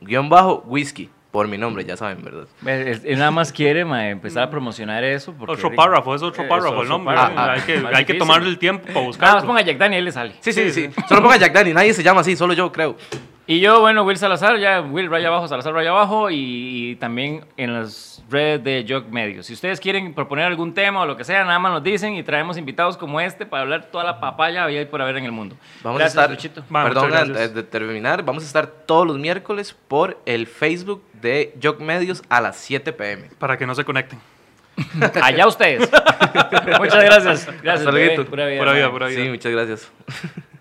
guión bajo whisky, por mi nombre, ya saben, ¿verdad?
Él él nada más quiere ma, empezar a promocionar eso. Porque,
Otro párrafo, es otro
Eh,
párrafo
otro
el nombre.
párrafo.
¿no? hay que,
Más
hay que
difícil.
tomarle el tiempo para
Nada más
buscarlo.
ponga Jack Dani y él le sale.
Sí, sí, sí. Solo ponga Jack Daniel, nadie se llama así, solo yo creo.
Y yo, bueno, Will Salazar, ya Will Raya Abajo, Salazar Raya Abajo, y, y también en las redes de Jog Medio. Si ustedes quieren proponer algún tema o lo que sea, nada más nos dicen y traemos invitados como este para hablar toda la papaya había y por haber en el mundo.
Vamos
Gracias,
a estar,
Luchito.
Va,
perdón,
muchas gracias.
antes de terminar, vamos a estar todos los miércoles por el Facebook de Jock Medios a las 7 pm.
Para que no se conecten.
Allá ustedes. *laughs* Muchas gracias. Gracias.
Hasta
bebé.
luego.
Pura vida.
Pura vida,
man.
pura vida.
Sí, muchas gracias.